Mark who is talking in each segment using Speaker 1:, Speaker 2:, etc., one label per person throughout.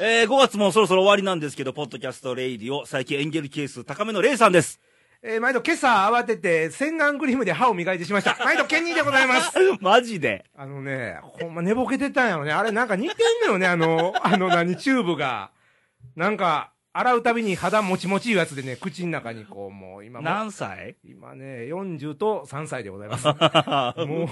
Speaker 1: えー、5月もそろそろ終わりなんですけど、ポッドキャストレイディオ、最近エンゲル係数高めのレイさんです。
Speaker 2: えー毎度今朝慌てて洗顔クリームで歯を磨いてしまい ました。毎度ケニーでございます。
Speaker 1: マジで。
Speaker 2: あのね、ほんま寝ぼけてたんやろね。あれなんか似てんのよね、あの、 あの何、チューブが。なんか、洗うたびに肌もちもちいうやつでね、口の中にこう、もう今も、
Speaker 1: 何歳
Speaker 2: 今ね、40と3歳でご ざいます。
Speaker 1: もう
Speaker 2: もう、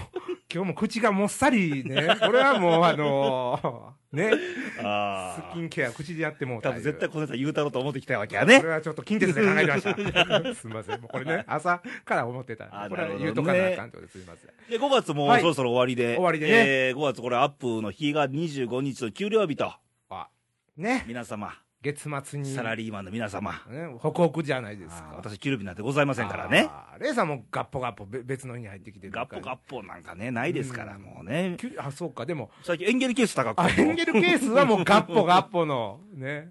Speaker 2: 今日も口がもっさりね、これはもうあのね、ス
Speaker 1: あ
Speaker 2: キンケア口でやってもうた
Speaker 1: 多
Speaker 2: いう
Speaker 1: 分絶対この人言うたろうと思ってきたわけや
Speaker 2: こ
Speaker 1: ね
Speaker 2: れ。はちょっと近鉄で考えてました。 すみません。もうこれね、朝から思ってた
Speaker 1: あ。
Speaker 2: これ
Speaker 1: なるほどね
Speaker 2: は言うとかなあかんってことです。すみません。
Speaker 1: で、5月も
Speaker 2: はい
Speaker 1: そろそろ終わりで。
Speaker 2: 終わりでね
Speaker 1: えー、5月これアップの日が25日の給料日と、
Speaker 2: あ、ね、
Speaker 1: 皆様、
Speaker 2: 月末に。
Speaker 1: サラリーマンの皆様。
Speaker 2: ね、ホクホクじゃないです
Speaker 1: あ
Speaker 2: か
Speaker 1: ー。私、給料日なんてございませんからね。
Speaker 2: あー。レイさんもガッポガッポべ別の日に入ってきてる
Speaker 1: ガッポガッポなんかね、ないですから、
Speaker 2: うん
Speaker 1: もうね。
Speaker 2: きゅあ、そうか。でも、
Speaker 1: 最近エンゲル係数高く
Speaker 2: あ、エン
Speaker 1: て。
Speaker 2: ゲルケースはもうガッポガッポの、ね。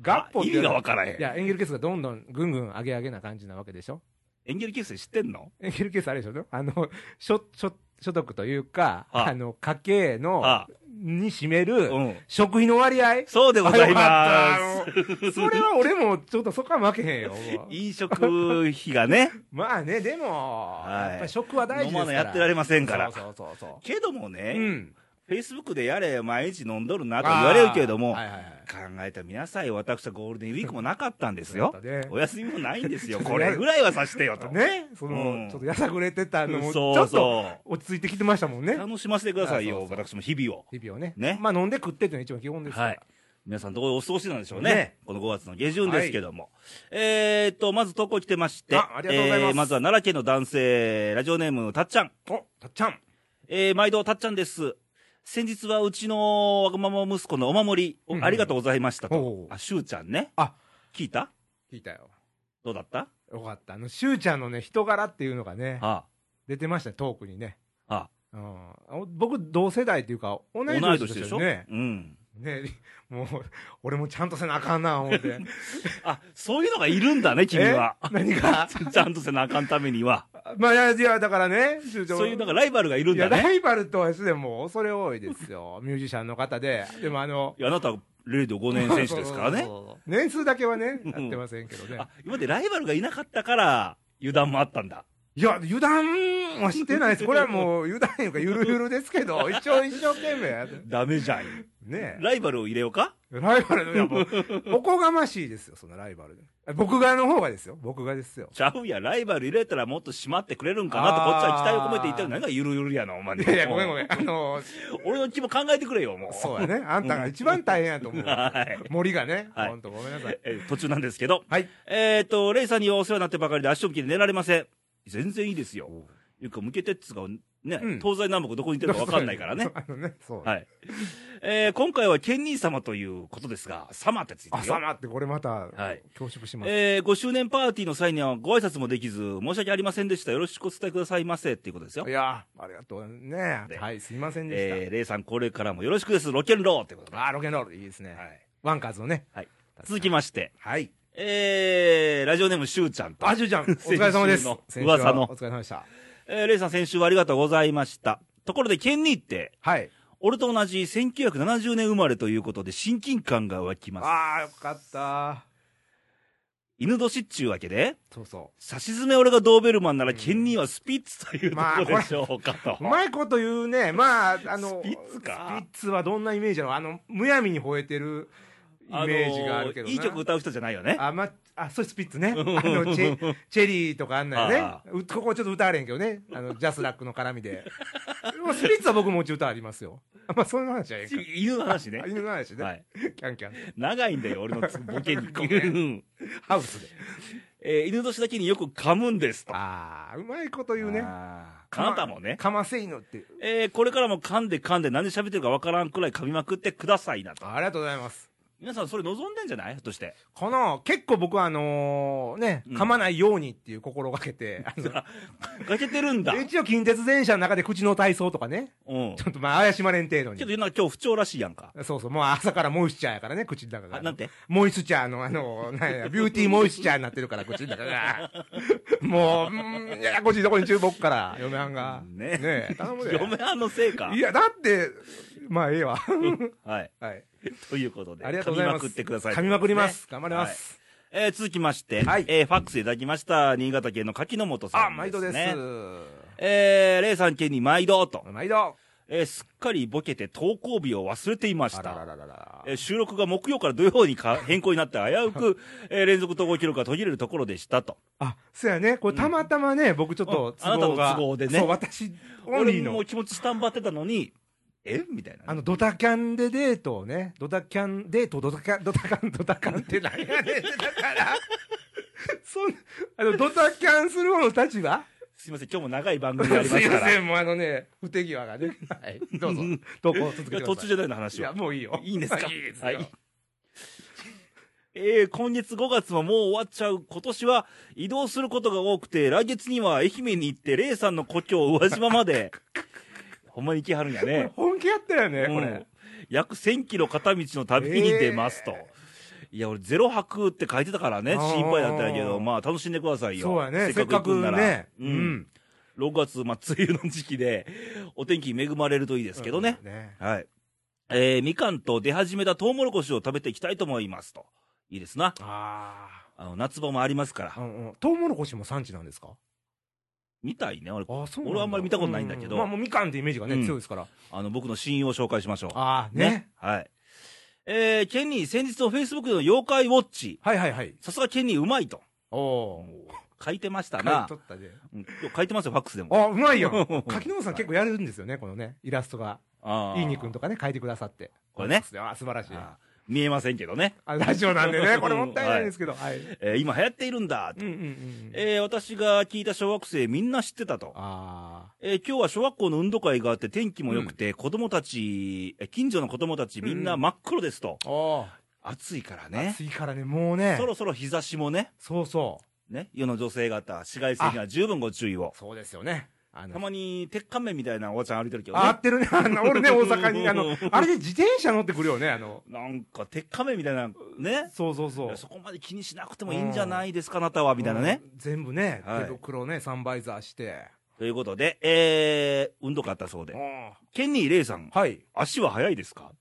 Speaker 2: ガ ッポって
Speaker 1: 意味がわからへん
Speaker 2: いや、エンゲルケースがどんどんぐんぐん上げ上げな感じなわけでしょ。
Speaker 1: エンゲル係数知ってんの
Speaker 2: エンゲルケースあれでしょあの、所、所、所得というか、
Speaker 1: はあ
Speaker 2: あの、家計の、
Speaker 1: あ
Speaker 2: に占める、
Speaker 1: うん。
Speaker 2: 食費の割合
Speaker 1: そうでござい
Speaker 2: あ
Speaker 1: ま
Speaker 2: よかったあのそれは俺もちょっとそこは負けへ んよ。
Speaker 1: す。飲食費がね、
Speaker 2: まあね、でも、
Speaker 1: はい
Speaker 2: やっぱり食は大事で
Speaker 1: 飲
Speaker 2: すか
Speaker 1: ま
Speaker 2: ら。
Speaker 1: ないやってられませんから。
Speaker 2: そうそうそうそ
Speaker 1: けども
Speaker 2: う。
Speaker 1: ね、
Speaker 2: うん。
Speaker 1: フェイスブックでやれ、毎日飲んどるなと言われるけれども、
Speaker 2: あーはいはいはい。
Speaker 1: 考えてみなさい、私はゴールデンウィークもなかったんですよ
Speaker 2: そうだね。
Speaker 1: お休みもないんですよ。これぐらいはさしてよと。
Speaker 2: ね、その、
Speaker 1: うん
Speaker 2: ちょっとやさぐれてたのも、ち
Speaker 1: そ
Speaker 2: ょ
Speaker 1: う
Speaker 2: っと
Speaker 1: そ
Speaker 2: 落ち着いてきてましたもん
Speaker 1: う。
Speaker 2: ね。
Speaker 1: 楽しませてくださいよ、
Speaker 2: そうそう
Speaker 1: 私も日々を。
Speaker 2: 日々をね。
Speaker 1: ね
Speaker 2: まあ飲んで食ってっていうのが一番基本ですから。
Speaker 1: はい。皆さんどこでお過ごしなんでしょうね。
Speaker 2: ね
Speaker 1: この5月の下旬ですけども。えーっと、まず投稿来てまして。
Speaker 2: あありがとうございま
Speaker 1: え
Speaker 2: す
Speaker 1: ーまずは奈良県の男性、ラジオネーム、たっちゃん。
Speaker 2: お、たっちゃん。
Speaker 1: えー毎度たっちゃんです。先日はうちのわがまま息子のお守り
Speaker 2: う
Speaker 1: を
Speaker 2: ん
Speaker 1: ありがとうございましたと。
Speaker 2: おう
Speaker 1: あ、しゅうちゃんね。
Speaker 2: あ
Speaker 1: 聞いた
Speaker 2: 聞いたよ。
Speaker 1: どうだった
Speaker 2: よかった。あの、しゅうちゃんのね、人柄っていうのがね、
Speaker 1: あ
Speaker 2: 出てましたね、トークにね。
Speaker 1: あ。ああ。
Speaker 2: うん、お僕、同世代っていうか、同
Speaker 1: 同
Speaker 2: い年
Speaker 1: い年で
Speaker 2: です
Speaker 1: し
Speaker 2: よ
Speaker 1: ょ
Speaker 2: ね。
Speaker 1: うん。
Speaker 2: ね、もう、俺もちゃんとせなあかんな、思って。
Speaker 1: あ、そういうのがいるんだね、君は。
Speaker 2: え何が
Speaker 1: ちゃんとせなあかんためには。
Speaker 2: まあ、いや、いやだからね、そう
Speaker 1: そういう、なんか
Speaker 2: ラ
Speaker 1: ライバルがいるんだ
Speaker 2: いや、ラ
Speaker 1: ね。
Speaker 2: イバルとはすでも恐れ多いですよ。 ミュージシャンの方で。でもあの、
Speaker 1: いや、あなた、レイド5年選手ですからね
Speaker 2: そう。そうそうそう。年数だけはね、合ってませんけどね
Speaker 1: あ。、今までライバルがいなかったから、油断もあったんだ。
Speaker 2: いや、油断はしてないです。これはもう、油断いうか、ゆるゆるですけ ど、一応一生懸命やって。
Speaker 1: ダメじゃん。
Speaker 2: ね
Speaker 1: ライバルを入れようか
Speaker 2: ライバルの、やっぱ、おこがましいですよ、そのライバルで。僕側の方がですよ、僕がですよ。
Speaker 1: ちゃうや、ライバル入れたらもっと締まってくれるんかなと、こっちは期待を込めて言ってるのに何がゆるゆるやな、お前。
Speaker 2: いやいや、ごめんごめん。あ の、
Speaker 1: 俺の気も考えてくれよ、もう。
Speaker 2: そうやね。あんたが一番大変やと思う。
Speaker 1: はい。
Speaker 2: 森がね。
Speaker 1: はい
Speaker 2: ほんとごめんなさい。
Speaker 1: えー途中なんですけど。
Speaker 2: はい。
Speaker 1: えっ、と、レイさんにお世話になってばかりで足を向けて寝られません。全然いいですよ。いうか、向けてっつうか、ね、
Speaker 2: ん。
Speaker 1: 東西南北どこに行ってるかわかんないからね
Speaker 2: あのね、 そう。
Speaker 1: はい。えー今回はケンニー様ということですが、様ってついてるよ
Speaker 2: 朝。待ってこれまた
Speaker 1: はい、
Speaker 2: 恐縮します。
Speaker 1: えー、5周年パーティーの際にはご挨拶もできず、申し訳ありませんでした。よろしくお伝えくださいませ。っていうことですよ
Speaker 2: い。やー、ありがとうね
Speaker 1: で。
Speaker 2: はい、すいませんで
Speaker 1: え
Speaker 2: し
Speaker 1: ー、レイさんこれからもよろしくです。ロケンローってことで。
Speaker 2: た。あー、ロケンロール、いいですね
Speaker 1: は。い。
Speaker 2: ワンカーズのね。
Speaker 1: はい。続きまして、
Speaker 2: はい。
Speaker 1: えー、ラジオネームしゅうちゃんと。
Speaker 2: あ、じゅうちゃん、お疲れ様です。
Speaker 1: 先週の噂の
Speaker 2: 先週はお疲れ様でした。
Speaker 1: えー、レイさん先週はありがとうございました。ところで、ケンニーって、
Speaker 2: はい。
Speaker 1: 俺と同じ1970年生まれということで親近感が湧きます。
Speaker 2: あー、よかった。
Speaker 1: 犬年っちゅうわけで、
Speaker 2: そうそ
Speaker 1: 差し詰め俺がドーベルマンなら、ケンニーはスピッツというと
Speaker 2: まあ
Speaker 1: ころでしょうかと。
Speaker 2: う。うまいこと言うね。まあ、あ
Speaker 1: ス
Speaker 2: の、
Speaker 1: ピッツか
Speaker 2: スピッツはどんなイメージなのあの、むやみに吠えてるイメージがあるけど
Speaker 1: のー
Speaker 2: な。
Speaker 1: いい曲歌う人じゃないよね。
Speaker 2: あ、ま、あ、それスピッツね。あの、チェ、チェリーとかあんなよ
Speaker 1: あ
Speaker 2: ね。うここちょっと歌われへんけどね。あの、ジャスラックの絡みで。 でもスピッツは僕もうち歌ありますよ。あまあ、そういう話じゃええか。
Speaker 1: 犬の話ね
Speaker 2: あ。犬の話ね。
Speaker 1: はい。
Speaker 2: キャンキャン。
Speaker 1: 長いんだよ、俺のボケに。
Speaker 2: ごめ
Speaker 1: うん
Speaker 2: ハウスで。
Speaker 1: えー犬年だけによく噛むんですと。
Speaker 2: ああ、うまいこと言うね。
Speaker 1: あーあなたもね。
Speaker 2: かませいのって。
Speaker 1: えーこれからも噛んで噛んで何で喋ってるかわからんくらい噛みまくってくださいなと。
Speaker 2: ありがとうございます。
Speaker 1: 皆さんそれ望んでんじゃないひょっとして。
Speaker 2: この、結構僕はあのーね、
Speaker 1: うん
Speaker 2: 噛まないようにっていう心がけて、あの
Speaker 1: かけてるんだ。
Speaker 2: 一応近鉄電車の中で口の体操とかね、
Speaker 1: うん。
Speaker 2: ちょっとまあ怪しまれん程度
Speaker 1: け
Speaker 2: に。
Speaker 1: どなんか今日不調らしいやんか。
Speaker 2: そうそう、もう朝からモイスチャーやからね、口の中が。
Speaker 1: あ、なんて
Speaker 2: モイスチャーの、あの、な んや、ビューティーモイスチャーになってるから、口の中が。もう、うんややこしいとこに注目から、嫁はんが。
Speaker 1: ね
Speaker 2: ねえ、頼むで。
Speaker 1: 嫁はんのせいか。
Speaker 2: いや、だって、まあ、ええわ。
Speaker 1: はい。
Speaker 2: はい。
Speaker 1: ということで、
Speaker 2: ありがとうございます
Speaker 1: 噛みまくってください。
Speaker 2: 噛みまくります。頑張ります。
Speaker 1: えー続きまして、
Speaker 2: はい
Speaker 1: えーファックスいただきました、新潟県の柿の本さん、
Speaker 2: あ、毎度です。
Speaker 1: えー、レイさん県に毎度と、
Speaker 2: 毎度。
Speaker 1: えーすっかりボケて投稿日を忘れていました。
Speaker 2: あららららら
Speaker 1: えー収録が木曜から土曜にか変更になって危うく、えー連続投稿記録が途切れるところでしたと。
Speaker 2: あ、そうやね。これたまたまね、僕ちょっと
Speaker 1: うんあ
Speaker 2: 都
Speaker 1: なた
Speaker 2: 合
Speaker 1: の
Speaker 2: が。
Speaker 1: 都合でね
Speaker 2: そう、私、オンリ
Speaker 1: 俺
Speaker 2: ー
Speaker 1: も
Speaker 2: の
Speaker 1: う。気持ちスタンバってたのに、えみたいなね、
Speaker 2: あの、ドタキャンでデートをね、ドタキャンデート、ドタキャン、ドタキャン、ドタキャンって何やねん。だから、そんあの、ドタキャンする方の立場
Speaker 1: すいません、今日も長い番組がありますす
Speaker 2: い
Speaker 1: か
Speaker 2: ま
Speaker 1: ら。
Speaker 2: せん、もうあのね、不手際がね。はい、どうぞ。投稿を続けてください。
Speaker 1: 突如の話
Speaker 2: いや、
Speaker 1: は。
Speaker 2: もういいよ。
Speaker 1: いいんですか
Speaker 2: いいですよ。
Speaker 1: はい。えー今月5月ももう終わっちゃう。今年は移動することが多くて、来月には愛媛に行って、レイさんの故郷、宇和島ま で、ほんまに行きはるんや
Speaker 2: これ
Speaker 1: ね。
Speaker 2: 本気やったよね、こ
Speaker 1: う
Speaker 2: れ
Speaker 1: ん。約1000キロ片道の旅に出ますと。いや、俺、ゼロ泊って書いてたからね、
Speaker 2: あー
Speaker 1: 心配だったんやけど、まあ、楽しんでくださいよ。
Speaker 2: そうやね、
Speaker 1: せ
Speaker 2: せ
Speaker 1: っ
Speaker 2: っ
Speaker 1: か
Speaker 2: か
Speaker 1: く行く
Speaker 2: く
Speaker 1: なら。
Speaker 2: ね。
Speaker 1: うん。6月、まあ、梅雨の時期で、お天気に恵まれるといいですけどね。
Speaker 2: そうだね。
Speaker 1: はい。えー、みかんと出始めたトウモロコシを食べていきたいと思いますと。いいですな。
Speaker 2: ああ。
Speaker 1: あの、夏場もありますから
Speaker 2: う。んうん、トウモロコシも産地なんですか
Speaker 1: 見たいね。俺、
Speaker 2: あそ
Speaker 1: なん
Speaker 2: う
Speaker 1: だ俺はあんまり見たことないんだけど
Speaker 2: まあもうみかんってイメージがね、
Speaker 1: うん
Speaker 2: 強いですから。
Speaker 1: あの、僕の親友を紹介しましょう。
Speaker 2: ああ、ね
Speaker 1: はい。えー、ケニー、先日の Facebook の妖怪ウォッチ。
Speaker 2: はいはいはい。
Speaker 1: さすがケニーうまいと。
Speaker 2: おお
Speaker 1: 書いてました
Speaker 2: ー。
Speaker 1: な。
Speaker 2: 取ったで。
Speaker 1: うん今日書いてますよ、ファックスでも。
Speaker 2: あ、うまい
Speaker 1: うん
Speaker 2: よ。柿の本さん結構やるんですよね、このね、イラストが。
Speaker 1: あー
Speaker 2: いいにくんとかね、書いてくださって。
Speaker 1: これね。
Speaker 2: あ素晴らしい。
Speaker 1: あー見えませんけどね。
Speaker 2: あ、ラジオなんで ね、これもったいないんですけど。はい。
Speaker 1: えー、今流行っているんだ
Speaker 2: う。んうんうん。
Speaker 1: えー、私が聞いた小学生みんな知ってたと。
Speaker 2: あ
Speaker 1: えー今日は小学校の運動会があって天気も良くて、子供たち、え近所の子供たちみんな真っ黒ですと。
Speaker 2: あ。おお。
Speaker 1: 暑いからね。
Speaker 2: 暑いからね、もうね
Speaker 1: そ。ろそろ日差しもね、
Speaker 2: そうそ
Speaker 1: ね、世の女性方、紫外線には十分ご注意を
Speaker 2: う。。そうですよね。あ
Speaker 1: た
Speaker 2: の、
Speaker 1: まに鉄仮面みたいなおばちゃん歩いてるけど
Speaker 2: あ合
Speaker 1: ね
Speaker 2: っ。てるね。あの、俺ね、大阪に。あの、あれで自転車乗ってくるよね、あの。
Speaker 1: なんか鉄仮面みたいな、ね。
Speaker 2: そうそうそ
Speaker 1: いうや。そこまで気にしなくてもいいんじゃないですか、あなたは、みたいなね。
Speaker 2: うん。全部ね、
Speaker 1: はい
Speaker 2: 手袋ね、サンバイザーして。
Speaker 1: ということで、えー、運動会あったそうで。ケニー・レイさん、
Speaker 2: はい。
Speaker 1: 足は速いですか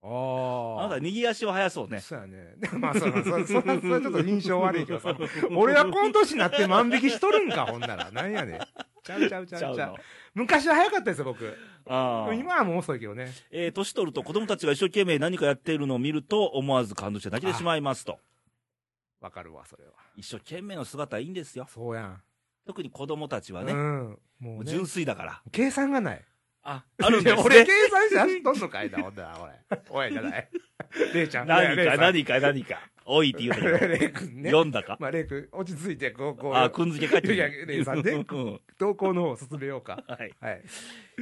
Speaker 2: あ
Speaker 1: あな
Speaker 2: あ
Speaker 1: た、右足は速そうね。
Speaker 2: そうやね。まあ、そら、そ ら、そら、そら、そらちょっと印象悪いけ どさ。俺はこの年になって万引きしとるんか、ほんなら。なんやねん。ちゃうちゃうちゃうちゃう。昔は早かったですよ、僕。
Speaker 1: あー
Speaker 2: 今はもう遅いけどね。
Speaker 1: えー年取ると子供たちが一生懸命何かやっているのを見ると思わず感動して泣きてしまいますと。
Speaker 2: わかるわ、それは。
Speaker 1: 一生懸命の姿いいんですよ。
Speaker 2: そうやん。
Speaker 1: 特に子供たちは
Speaker 2: う
Speaker 1: ね、
Speaker 2: ん。も
Speaker 1: も
Speaker 2: う
Speaker 1: う
Speaker 2: ね
Speaker 1: 純。粋だから。
Speaker 2: 計算がない。
Speaker 1: あ、あるん
Speaker 2: い
Speaker 1: で
Speaker 2: や
Speaker 1: す
Speaker 2: 俺、
Speaker 1: ね
Speaker 2: 計。算して足取んのかいな、ほんなら、おい。おい、じ ゃない。レイちゃん。
Speaker 1: 何
Speaker 2: レイさ
Speaker 1: か
Speaker 2: ん
Speaker 1: 何か何か。多いって言うたけど、
Speaker 2: レイ君ね。
Speaker 1: 読んだか。
Speaker 2: まあ、レイ君、落ち着いて、こう、こう。
Speaker 1: あ、くんづけ書いて
Speaker 2: いやレイさんね
Speaker 1: うん。
Speaker 2: 投稿の方を進めようか
Speaker 1: はい。
Speaker 2: はい。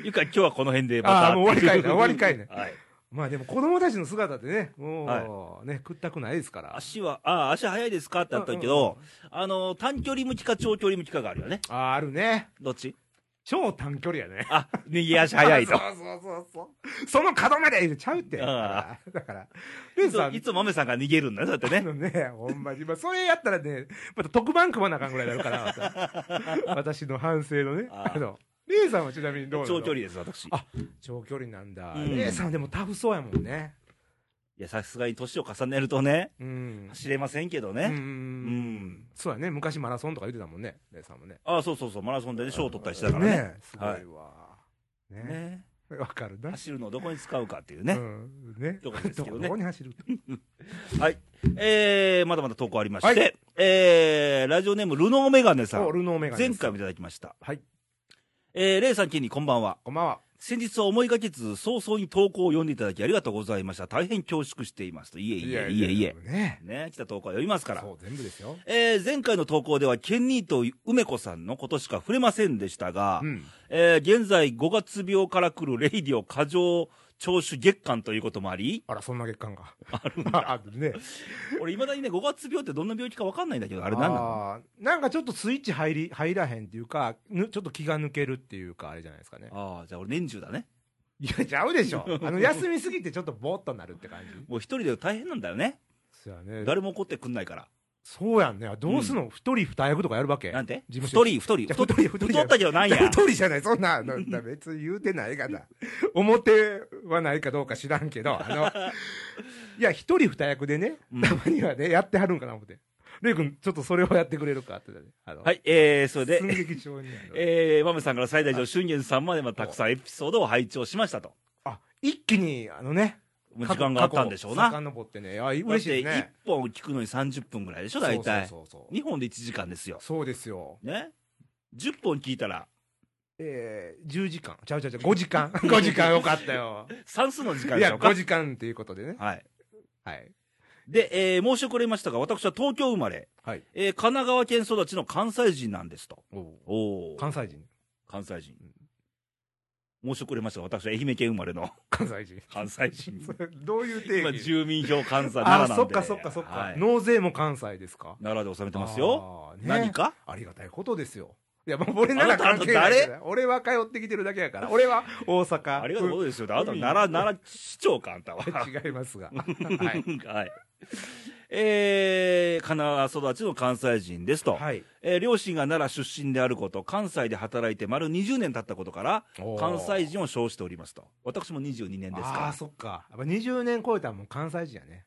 Speaker 1: ゆか、今日はこの辺でまた。
Speaker 2: あーもう終わりかいな終わりかいな
Speaker 1: はい。
Speaker 2: まあでも子供たちの姿でね、もうね、食ったくないですから。
Speaker 1: 足は、あー、足早いですかってあったけど、あの、短距離向きか長距離向きかがあるよね。
Speaker 2: あーあるね。
Speaker 1: どっち
Speaker 2: 超短距離やね。
Speaker 1: あ、右足早いと
Speaker 2: あ。 そうそうそうそう。その角まで入れちゃうって。だ
Speaker 1: あ
Speaker 2: から、だからレ
Speaker 1: い
Speaker 2: イ
Speaker 1: つ
Speaker 2: さ
Speaker 1: も
Speaker 2: ん、
Speaker 1: いつも豆さんが逃げるんだね、だってね
Speaker 2: あ。のね、ほんまに。まあ、それやったらね、また特番組まなあかんぐらいになるから、ま た私の反省のね。
Speaker 1: あ
Speaker 2: あ
Speaker 1: ー
Speaker 2: の、レイさんはちなみにどうなの
Speaker 1: 長距離です、私。
Speaker 2: あ長距離なんだ。
Speaker 1: うん
Speaker 2: レイさんでもタフそうやもんね。
Speaker 1: いや、さすがに年を重ねるとね、
Speaker 2: うん。
Speaker 1: 走れませんけど
Speaker 2: う
Speaker 1: ね。うん。
Speaker 2: ん。そうやね、昔マラソンとか言ってたもんね、レイさんもね。
Speaker 1: ああ、そうそうそう、マラソンでね、賞を取ったりしたからね。
Speaker 2: えすごいわ。ね
Speaker 1: ね
Speaker 2: わ、かるな。
Speaker 1: 走るのをどこに使うかっていう
Speaker 2: う
Speaker 1: ね。
Speaker 2: ん、ね。
Speaker 1: とこですけどね
Speaker 2: どこに走る
Speaker 1: はい。えー、まだまだ投稿ありまして、
Speaker 2: は
Speaker 1: えー、ラジオネーム、ルノーメガネさ
Speaker 2: お
Speaker 1: ん。
Speaker 2: ルノーメガネ
Speaker 1: 前
Speaker 2: です
Speaker 1: 回もいただきました。
Speaker 2: はい。
Speaker 1: えー、レイさん、キにこんばんは。
Speaker 2: こんばんは。
Speaker 1: 先日は思いがけず、早々に投稿を読んでいただきありがとうございました。大変恐縮していますと。いえいえ、いえいえ。
Speaker 2: ね。
Speaker 1: ね、来た投稿は読みますから。
Speaker 2: そう、全部ですよ。
Speaker 1: えー前回の投稿では、ケンニーと梅子さんのことしか触れませんでしたが、
Speaker 2: うん。
Speaker 1: えー現在5月病から来るレイディオ過剰聴取月間ということもあり、
Speaker 2: あら、そんな月間が。あるんだ。 あるね。
Speaker 1: 俺いまだにね、5月病ってどんな病気か分かんないんだけど、あれ何なの
Speaker 2: あーなんかちょっとスイッチ入り、入らへんっていうか、ぬちょっと気が抜けるっていうか、あれじゃないですかね。
Speaker 1: ああ、じゃあ俺年中だね。
Speaker 2: いや、ちゃうでしょ。あの、休みすぎてちょっとぼーっとなるって感じ。
Speaker 1: もう一人で大変なんだよね。
Speaker 2: そうやね。
Speaker 1: 誰も怒ってくんないから。
Speaker 2: そうやんね。どうすんの一、人二役とかやるわけ
Speaker 1: なんて
Speaker 2: 事務
Speaker 1: 太
Speaker 2: 所
Speaker 1: り、太り。
Speaker 2: じゃ
Speaker 1: 太
Speaker 2: 太り、太りじゃ
Speaker 1: ったけどないや。
Speaker 2: 太りじゃない。そんな、なな別に言うてないが な。表はないかどうか知らんけど、あの、いや、一人二役でね
Speaker 1: うん、
Speaker 2: たまにはね、やってはるんかな思って。レイ君、ちょっとそれをやってくれるかって言ってたで。。
Speaker 1: はいい、えー、それで、
Speaker 2: 寸劇場にあの
Speaker 1: えー、マムさんから最大上、俊元さんまでまあたくさんエピソードを拝聴しましたと。
Speaker 2: あ、一気に、あのね、
Speaker 1: もう時間があったんでしょう
Speaker 2: 過去
Speaker 1: な。
Speaker 2: 遡ってね。あ、嬉しいですね。
Speaker 1: 1本聞くのに30分ぐらいでしょ、大体。
Speaker 2: そうそうそうそう。
Speaker 1: 2本で1時間ですよ。
Speaker 2: そうですよ。
Speaker 1: ね。10本聞いたら、
Speaker 2: えー、10時間。ちゃうちゃうちゃう、5時間。5時間よかったよ。
Speaker 1: 算数の時間
Speaker 2: い
Speaker 1: でし
Speaker 2: や、
Speaker 1: ょうか
Speaker 2: 5。時間ということでね。
Speaker 1: はい。
Speaker 2: はい。
Speaker 1: で、えー申し遅れましたが、私は東京生まれ、
Speaker 2: はい。
Speaker 1: えー神奈川県育ちの関西人なんですと。おお。
Speaker 2: 関西人。
Speaker 1: 関西人。申し遅れましたが、私は愛媛県生まれ の
Speaker 2: 関西人。
Speaker 1: 関西人。
Speaker 2: それどういう定
Speaker 1: 今、
Speaker 2: 義
Speaker 1: 住民票関西奈
Speaker 2: あ
Speaker 1: 良なんで。
Speaker 2: そっかそっかそっか、
Speaker 1: はい
Speaker 2: 納税も関西ですか
Speaker 1: 奈良で収めてますよ。
Speaker 2: あーね
Speaker 1: 何か
Speaker 2: ありがたいことですよいやもう俺なら
Speaker 1: あなた
Speaker 2: 関係ないから俺は通ってきてるだけやから俺は大 阪
Speaker 1: ありがとうございますよ。あなた、
Speaker 2: 海
Speaker 1: 奈良、奈良市長か、あんたは。
Speaker 2: うん違いま すが はい、
Speaker 1: はい。 えー、神奈川育ちの関西人ですと、
Speaker 2: はい、
Speaker 1: えー両親が奈良出身であること、関西で働いて丸20年経ったことから、
Speaker 2: おー
Speaker 1: 関西人を称しておりますと。私も22年です
Speaker 2: ああ
Speaker 1: か
Speaker 2: そっかやっぱ20年超えたらもう関西人やね
Speaker 1: ら。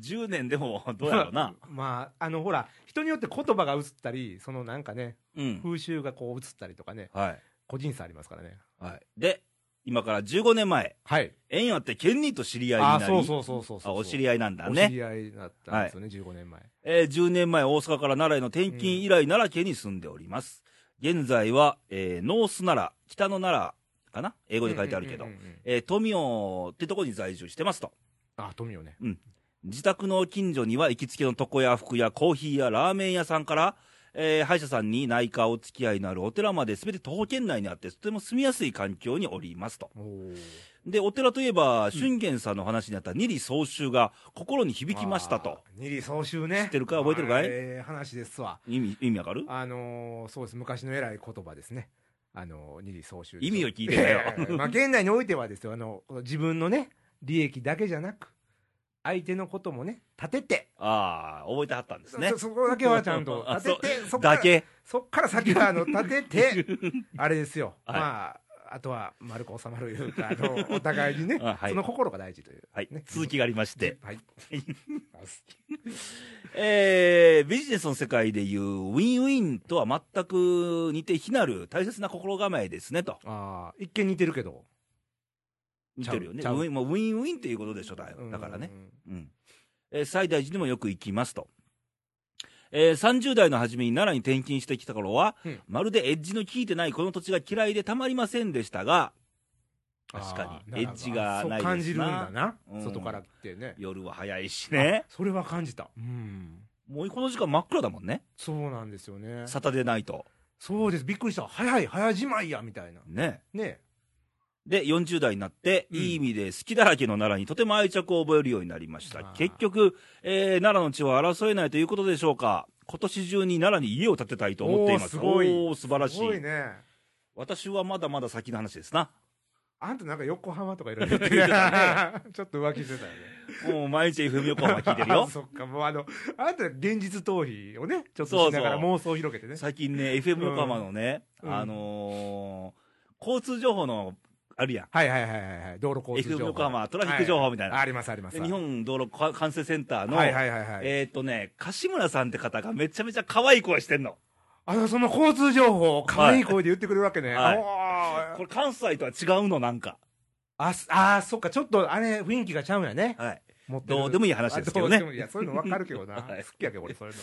Speaker 1: 10年でも、どうやろうな。
Speaker 2: まああのほら人によって言葉が移ったりそのなんかね
Speaker 1: うん。
Speaker 2: 風習がこう移ったりとかね
Speaker 1: はい。
Speaker 2: 個人差ありますからね
Speaker 1: はい。で、今から15年前、
Speaker 2: はい
Speaker 1: 縁あって県人と知り合いにな
Speaker 2: あ
Speaker 1: り、
Speaker 2: ーそうそうそうそうそう
Speaker 1: あお知り合いなんだ
Speaker 2: お知
Speaker 1: ね。
Speaker 2: り合いだったんですよね、15年前
Speaker 1: えー10年前大阪から奈良への転勤以来、奈良県に住んでおります。現在は、えーノース奈良、北の奈良かな英語で書いてあるけど
Speaker 2: うんう、んうんうん
Speaker 1: えー富雄ってとこに在住してますと。
Speaker 2: あ富よね
Speaker 1: 自宅の近所には行きつけの床や服やコーヒーやラーメン屋さんから、えー歯医者さんに内科お付き合いのあるお寺まで全て徒歩圏内にあって、とても住みやすい環境におりますと。
Speaker 2: おお
Speaker 1: で、お寺といえば、俊玄さんの話にあった二里総集が心に響きましたと。
Speaker 2: 二里総集ね
Speaker 1: 知ってるか覚えてるかい
Speaker 2: あーえー話ですわ
Speaker 1: 意味、意味わかる
Speaker 2: あのー、そうです昔の偉い言葉ですねあのー二里総集
Speaker 1: 意味を聞いてたよ
Speaker 2: いやいやまあ現代においてはですよあの自分のね利益だけじゃなく相手のこともね立てて
Speaker 1: ああ、覚えてはったんですね
Speaker 2: そ。そこだけはちゃんと
Speaker 1: あ
Speaker 2: 立ててそっか
Speaker 1: だ
Speaker 2: ら
Speaker 1: け。
Speaker 2: そっから先はあの立 ててあれですよ、
Speaker 1: はい
Speaker 2: まああとは丸く収まるいうかあのお互いにね、
Speaker 1: あ はい
Speaker 2: その心が大事という、
Speaker 1: はい
Speaker 2: ね。
Speaker 1: 続きがありまして。
Speaker 2: はい
Speaker 1: えー、ビジネスの世界でいう、ウィンウィンとは全く似て非なる大切な心構えですね、と。
Speaker 2: ああ一見似てるけど
Speaker 1: 似てるよね。
Speaker 2: ち
Speaker 1: ウ
Speaker 2: ゃうちゃう
Speaker 1: ィンまあウィンウィンっていうことでしょ、だよだからね
Speaker 2: う。ん
Speaker 1: うん。えー西大寺にもよく行きますと。えー30代の初めに奈良に転勤してきた頃は、
Speaker 2: うん
Speaker 1: まるでエッジの効いてないこの土地が嫌いでたまりませんでしたが、確か
Speaker 2: あ
Speaker 1: に、エ
Speaker 2: ー
Speaker 1: ッジがないですな。
Speaker 2: そう感じるんだな、
Speaker 1: うん
Speaker 2: 外から来てね
Speaker 1: 夜は早いしね。
Speaker 2: それは感じたうん
Speaker 1: もうこの時間真っ暗だもんね。
Speaker 2: そうなんですよね
Speaker 1: サタデーナイト。
Speaker 2: そうですびっくりした早い早じまいやみたいな
Speaker 1: ね。
Speaker 2: ね
Speaker 1: で、40代になって、
Speaker 2: うん
Speaker 1: いい意味で好きだらけの奈良にとても愛着を覚えるようになりました
Speaker 2: あ。ー
Speaker 1: 結局、えー奈良の地を争えないということでしょうか。今年中に奈良に家を建てたいと思っています。
Speaker 2: おーすごい
Speaker 1: おー素晴らしい。
Speaker 2: すごいね
Speaker 1: 私はまだまだ先の話ですな。
Speaker 2: あんたなんか横浜とかいろいろ言って
Speaker 1: 言
Speaker 2: る
Speaker 1: ってた
Speaker 2: ちょっと浮気してたよね
Speaker 1: もう毎日 FM 横浜聞いてる
Speaker 2: あ
Speaker 1: よ。
Speaker 2: そっかもうあのあんた現実逃避をねちょっとしながら
Speaker 1: そうそ
Speaker 2: 妄想を広げてね
Speaker 1: 最近ね、FM 横浜のね、
Speaker 2: うん
Speaker 1: あのー交通情報の、あるやん。
Speaker 2: はいはいはいはいはい道路交通情
Speaker 1: FM
Speaker 2: 報
Speaker 1: 横浜トラフィック情報みたいな
Speaker 2: はありますあります
Speaker 1: で日本道路管制センターの、
Speaker 2: はいはいはいはい
Speaker 1: えーっ、とね、樫村さんって方がめちゃめちゃ可愛い声してんの。
Speaker 2: あの、その交通情報を可愛い声で言ってくれるわけね。
Speaker 1: はい
Speaker 2: あ
Speaker 1: これ関西とは違うの、なんか。
Speaker 2: あ、すあー、そっか、ちょっとあれ、雰囲気がちゃうんやね。
Speaker 1: はい。
Speaker 2: 持ってる
Speaker 1: どうでもいい話ですけど
Speaker 2: あうで
Speaker 1: ね。
Speaker 2: もいいいや、そういうの分かるけど な。
Speaker 1: はい
Speaker 2: 好きやけど、俺、そういう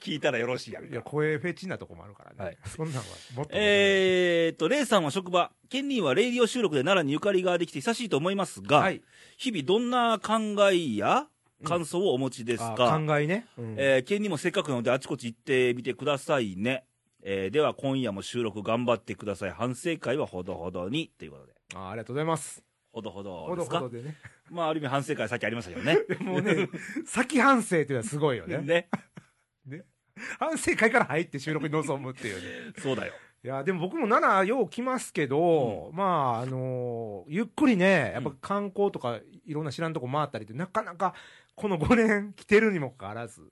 Speaker 1: 聞いたらよろしいやん
Speaker 2: の。いや、声フェチなとこもあるからね。
Speaker 1: はい
Speaker 2: そんなんは、もっと。
Speaker 1: えーっと、レイさんは職場、ケンリーはレイディオ収録で奈良にゆかりができて久しいと思いますが、
Speaker 2: はい。
Speaker 1: 日々どんな考えや感想をお持ちです
Speaker 2: あ
Speaker 1: か、
Speaker 2: 考えね。うん
Speaker 1: えー、ケンリーもせっかくなのであちこち行ってみてくださいね。えーでは今夜も収録頑張ってください。反省会はほどほどに。ということで。
Speaker 2: あーありがとうございます。
Speaker 1: ほどほど
Speaker 2: ほ
Speaker 1: で
Speaker 2: ど
Speaker 1: すか
Speaker 2: ほどでね。
Speaker 1: まあ、ある意味反省会さっきありましたけど ね。
Speaker 2: もうね、先反省というのはすごいよ ね。
Speaker 1: ね。
Speaker 2: 反省会から入って収録に臨むっていうね。
Speaker 1: そうだよ。
Speaker 2: いや、でも僕も奈良よう来ますけど、まあ、あのーゆっくりね、やっぱ観光とかいろんな知らんとこ回ったりって、なかなかこの5年来てるにもかかわらず。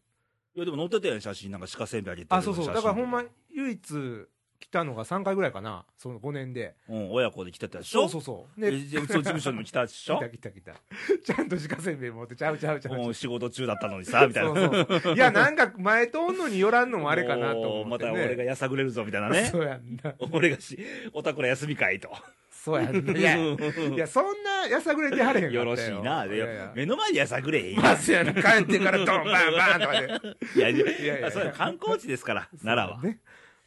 Speaker 1: いや、でも載ってたやん、写真。なんか鹿せんべいあげてる
Speaker 2: あ、そうそう。だからほんま
Speaker 1: に。、
Speaker 2: 唯一来たのが3回ぐらいかな。その5年で。
Speaker 1: うん、親子で来てたでし
Speaker 2: そ
Speaker 1: ょ
Speaker 2: うそうそう。
Speaker 1: で、
Speaker 2: ね、
Speaker 1: うちの事務所にも来たでし
Speaker 2: 来
Speaker 1: ょ
Speaker 2: た来た来た。ちゃんと鹿せんべい持って、ちゃうちゃうちゃうちゃう
Speaker 1: もう仕事中だったのにさ、みたいな。
Speaker 2: そうそういや、なんか前とんのによらんのもあれかなと
Speaker 1: もう
Speaker 2: 思
Speaker 1: ま
Speaker 2: って、
Speaker 1: た
Speaker 2: ね。
Speaker 1: 俺がやさぐれるぞ、みたいなね。
Speaker 2: そうやんな。
Speaker 1: 俺がし、おたくら休みかいと。
Speaker 2: そうや んな。いや、い
Speaker 1: うん
Speaker 2: やそんなやさぐれてはれへんかった
Speaker 1: よろしいな。
Speaker 2: いやいや
Speaker 1: で目の前でやさぐ れへんやん
Speaker 2: まずやな。帰ってからドンバンバンと かで。
Speaker 1: いや、い
Speaker 2: いやい
Speaker 1: や
Speaker 2: や
Speaker 1: それ観光地ですから、奈良は。
Speaker 2: ね。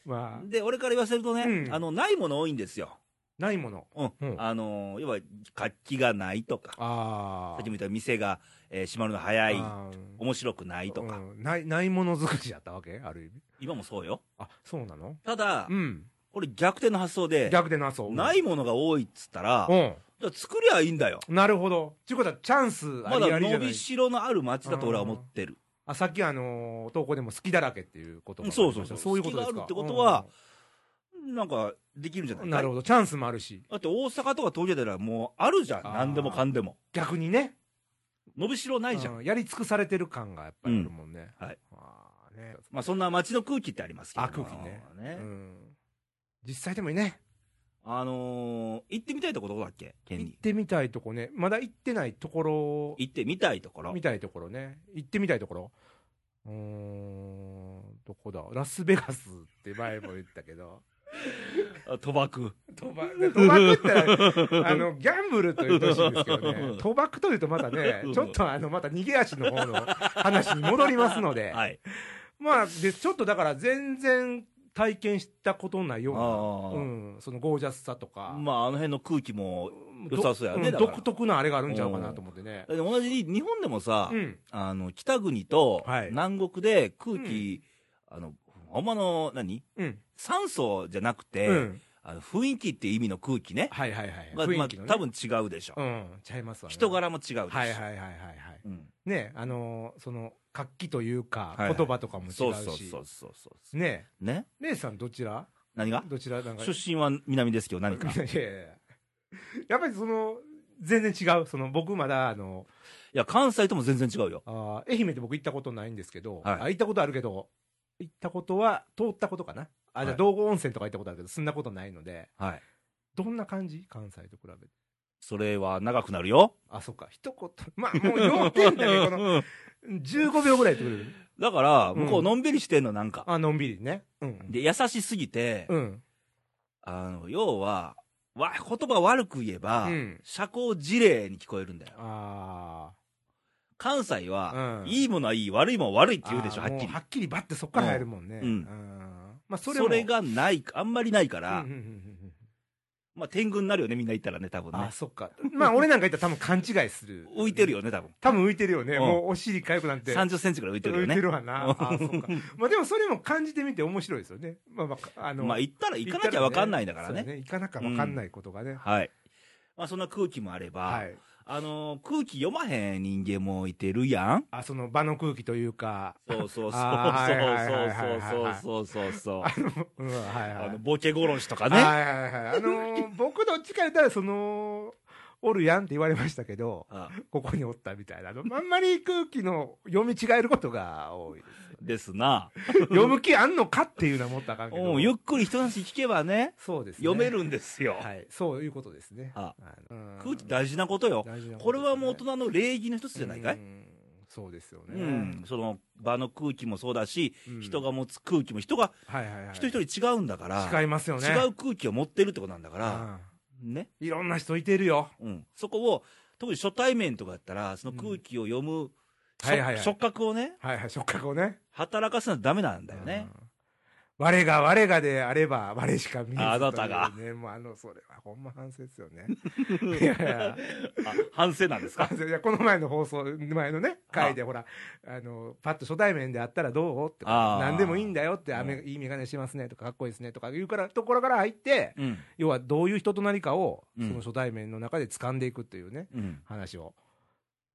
Speaker 2: まあ、
Speaker 1: で、俺から言わせるとね
Speaker 2: う、ん
Speaker 1: あの、ないもの多いんですよ。
Speaker 2: ないもの。
Speaker 1: うん
Speaker 2: うん。
Speaker 1: あの、要は、活気がないとか、
Speaker 2: あ
Speaker 1: さ
Speaker 2: あ。
Speaker 1: っきも言った店がえー閉まるの早い、
Speaker 2: あー
Speaker 1: 面白くないとか
Speaker 2: う、んない、ないものづくしやったわけある意味。
Speaker 1: 今もそうよ。
Speaker 2: あ、そうなの
Speaker 1: ただ
Speaker 2: う、ん。
Speaker 1: 俺逆転の発想で、
Speaker 2: 逆でな、そう。
Speaker 1: ないものが多いっつったら、
Speaker 2: う
Speaker 1: じ
Speaker 2: ん。
Speaker 1: ゃあ作りゃいいんだよ。
Speaker 2: なるほど。ちゅうことは、チャンスあ
Speaker 1: ま
Speaker 2: り
Speaker 1: だ
Speaker 2: ありじ
Speaker 1: 伸
Speaker 2: ゃない
Speaker 1: びしろのある街だと俺は思ってる。
Speaker 2: あ、さっきあのー投稿でも好きだらけっていうこと
Speaker 1: そうそうそう
Speaker 2: そういうことで
Speaker 1: 好
Speaker 2: すか。
Speaker 1: きがあるってことはなんか、できるんじゃ
Speaker 2: う
Speaker 1: ない
Speaker 2: んうん、
Speaker 1: か
Speaker 2: なるほど。チャンスもあるし。
Speaker 1: だって大阪とか東京でならもうあるじゃん。
Speaker 2: あー
Speaker 1: 何でもかんでも。
Speaker 2: 逆にね。
Speaker 1: 伸びしろないじゃん。
Speaker 2: うんやり尽くされてる感がやっぱりあるもんね。
Speaker 1: うんはい。
Speaker 2: あーね。
Speaker 1: まあそんな街の空気ってありますけど。
Speaker 2: あ空気ね。う
Speaker 1: ね
Speaker 2: ん。実際でもいいね。
Speaker 1: あのー、行ってみたいとこどこだっけ県
Speaker 2: 行っ
Speaker 1: に。
Speaker 2: てみたいとこね。まだ行ってないとこ
Speaker 1: 行ってみたいとこ
Speaker 2: ろ、
Speaker 1: ろ
Speaker 2: み。たいところね。行ってみたいところ。うーん、どこだラスベガスって前も言ったけど。
Speaker 1: あ 賭博。
Speaker 2: 賭博賭博って言ったら、あの、ギャンブルと言ってほしいんですけどね。賭博というとまたね、ちょっとあの、また逃げ足の方の話に戻りますので。
Speaker 1: はい。
Speaker 2: まあ、で、ちょっとだから全然体験したことないような、う
Speaker 1: あ
Speaker 2: ん、そのゴージャスさと
Speaker 1: あ。
Speaker 2: か。
Speaker 1: まああの辺の空気も、
Speaker 2: ど
Speaker 1: 良さそうやね
Speaker 2: ん
Speaker 1: だから
Speaker 2: 独特なあれがあるんちゃうかなと思ってね。
Speaker 1: で同じに日本でもさ、
Speaker 2: うん。
Speaker 1: あの、北国と
Speaker 2: はい
Speaker 1: 南国で空気、あの、ほんまの、何
Speaker 2: うん。
Speaker 1: 酸素じゃなくて、
Speaker 2: うん。
Speaker 1: あの雰囲気っていう意味の空気ね。
Speaker 2: はいはいはい。
Speaker 1: まあ、
Speaker 2: 雰囲気のね
Speaker 1: まあ多分違うでしょ。
Speaker 2: うん。ちゃいますわね。
Speaker 1: 人。柄も違うでしょ。
Speaker 2: はいはいはいはいはい。
Speaker 1: うん
Speaker 2: ね、あのー、その、活気という
Speaker 1: は
Speaker 2: か、
Speaker 1: いはい
Speaker 2: 言葉とかも違うし。
Speaker 1: そうそうそうそうそう。
Speaker 2: ね
Speaker 1: ね
Speaker 2: レイさんどちら
Speaker 1: 何が
Speaker 2: どちらなんか。
Speaker 1: 出身は南ですけど何か。
Speaker 2: いやいやいや。やっぱりその、全然違う。その、僕まだ、あの、
Speaker 1: いや、関西とも全然違うよ。
Speaker 2: あー愛媛って僕行ったことないんですけど、
Speaker 1: はい
Speaker 2: あ行ったことあるけど、行ったことは、通ったことかな。あ、
Speaker 1: は
Speaker 2: じゃあ
Speaker 1: い
Speaker 2: 道後温泉とか行ったことあるけど、そんなことないので、
Speaker 1: はい。
Speaker 2: どんな感じ関西と比べて。
Speaker 1: それは長くなるよ。
Speaker 2: あ、そっか、一言。まあ、もう要点だね、この、15秒ぐらいやってくれる。
Speaker 1: だから、
Speaker 2: うん
Speaker 1: 向こうのんびりしてんの、なんか。
Speaker 2: あ、のんびりね。うん。
Speaker 1: で、優しすぎて、
Speaker 2: うん。
Speaker 1: あの、要は、わ、言葉悪く言えば、
Speaker 2: うん
Speaker 1: 社交辞令に聞こえるんだよ。
Speaker 2: あ
Speaker 1: 関西は、
Speaker 2: うん
Speaker 1: いいものはいい、悪いもんは悪いっ
Speaker 2: ー
Speaker 1: て言うでしょ、
Speaker 2: あ
Speaker 1: は
Speaker 2: ー
Speaker 1: っき
Speaker 2: もう
Speaker 1: り
Speaker 2: は。っきりバッてそっから入るもんね。
Speaker 1: うん
Speaker 2: んまあ、そ
Speaker 1: そ
Speaker 2: れ
Speaker 1: れ
Speaker 2: も。
Speaker 1: がない、あんまりないか
Speaker 2: う
Speaker 1: ら、
Speaker 2: んうんうんうん
Speaker 1: まあ天狗になるよね、みんな言ったらね、多分
Speaker 2: あ
Speaker 1: ね
Speaker 2: ー、。そっか。まあ、俺なんか言ったら多分勘違いする。
Speaker 1: 浮いてる。よね、多分。
Speaker 2: 多分浮いてるよね。
Speaker 1: うん
Speaker 2: もうお尻かゆくなって。
Speaker 1: 30センチくらい浮いてる
Speaker 2: 浮
Speaker 1: よ
Speaker 2: いて
Speaker 1: ね。
Speaker 2: るわな。あーそっか。まあ、でもそれも感じてみて面白いですよね。まあまあ、あの。
Speaker 1: まあ行ったら行かなきゃわかんないんだから
Speaker 2: そう
Speaker 1: ね。
Speaker 2: 行かなきゃわかんないことがね。
Speaker 1: はい。まあそんな空気もあれば、
Speaker 2: はい。
Speaker 1: あのー空気読まへん人間もいてるやん。
Speaker 2: あ、その場の空気というか。
Speaker 1: そうそうそう
Speaker 2: あー
Speaker 1: そうそうそうそうそうそう そう。
Speaker 2: あの、うん、はいはい。
Speaker 1: あの、ボケ殺しとか
Speaker 2: は
Speaker 1: ね。
Speaker 2: いはいはい。あの ー僕どっちか言ったら、その、おるやんって言われましたけど、
Speaker 1: あ
Speaker 2: ここにおったみたいな。あのあんまり空気の読み違えることが多いです。
Speaker 1: ですな。
Speaker 2: 読む気あんのかっていうのは思ったらあかんけ
Speaker 1: う
Speaker 2: ど。
Speaker 1: んゆっくり人の話聞けばね、
Speaker 2: そうですね。
Speaker 1: 読めるんですよ。
Speaker 2: はい。そういうことですね。
Speaker 1: あ
Speaker 2: のうん
Speaker 1: 空気大事なことよ。
Speaker 2: 大事な
Speaker 1: これはもう大
Speaker 2: とですね
Speaker 1: 人の礼儀の一つじゃないかい
Speaker 2: うんそうですよ
Speaker 1: う
Speaker 2: ね。
Speaker 1: ん。その場の空気もそうだし、
Speaker 2: うん
Speaker 1: 人、が持つ空気も人が
Speaker 2: はいはいはい。
Speaker 1: 一人一人違うんだから、
Speaker 2: 違いますよね。
Speaker 1: 違う空気を持ってるってことなんだから、ね。
Speaker 2: うんいろんな人いてるよ。
Speaker 1: うん。そこを、特に初対面とかやったら、その空気を読む、しょ
Speaker 2: はいはいはい
Speaker 1: 触覚をね、
Speaker 2: はいはい、触覚をね。
Speaker 1: 働かせなダメなんだよね。
Speaker 2: うん。我が我がであれば我しか見えず
Speaker 1: あなたが
Speaker 2: というね、もうあの、それはほんま反省ですよね。いやいや
Speaker 1: あ、反省なんです か
Speaker 2: 反省いや、この前の放送、前のね、回でほら、あの、パッと初対面であったらどうって、
Speaker 1: あー
Speaker 2: 何でもいいんだよって、
Speaker 1: うん
Speaker 2: 雨いい眼鏡してますねとか、かっこいいですねとかいうから、ところから入って、
Speaker 1: うん。
Speaker 2: 要はどういう人となりかを、
Speaker 1: うん
Speaker 2: その初対面の中で掴んでいくというね、
Speaker 1: うん。
Speaker 2: 話を。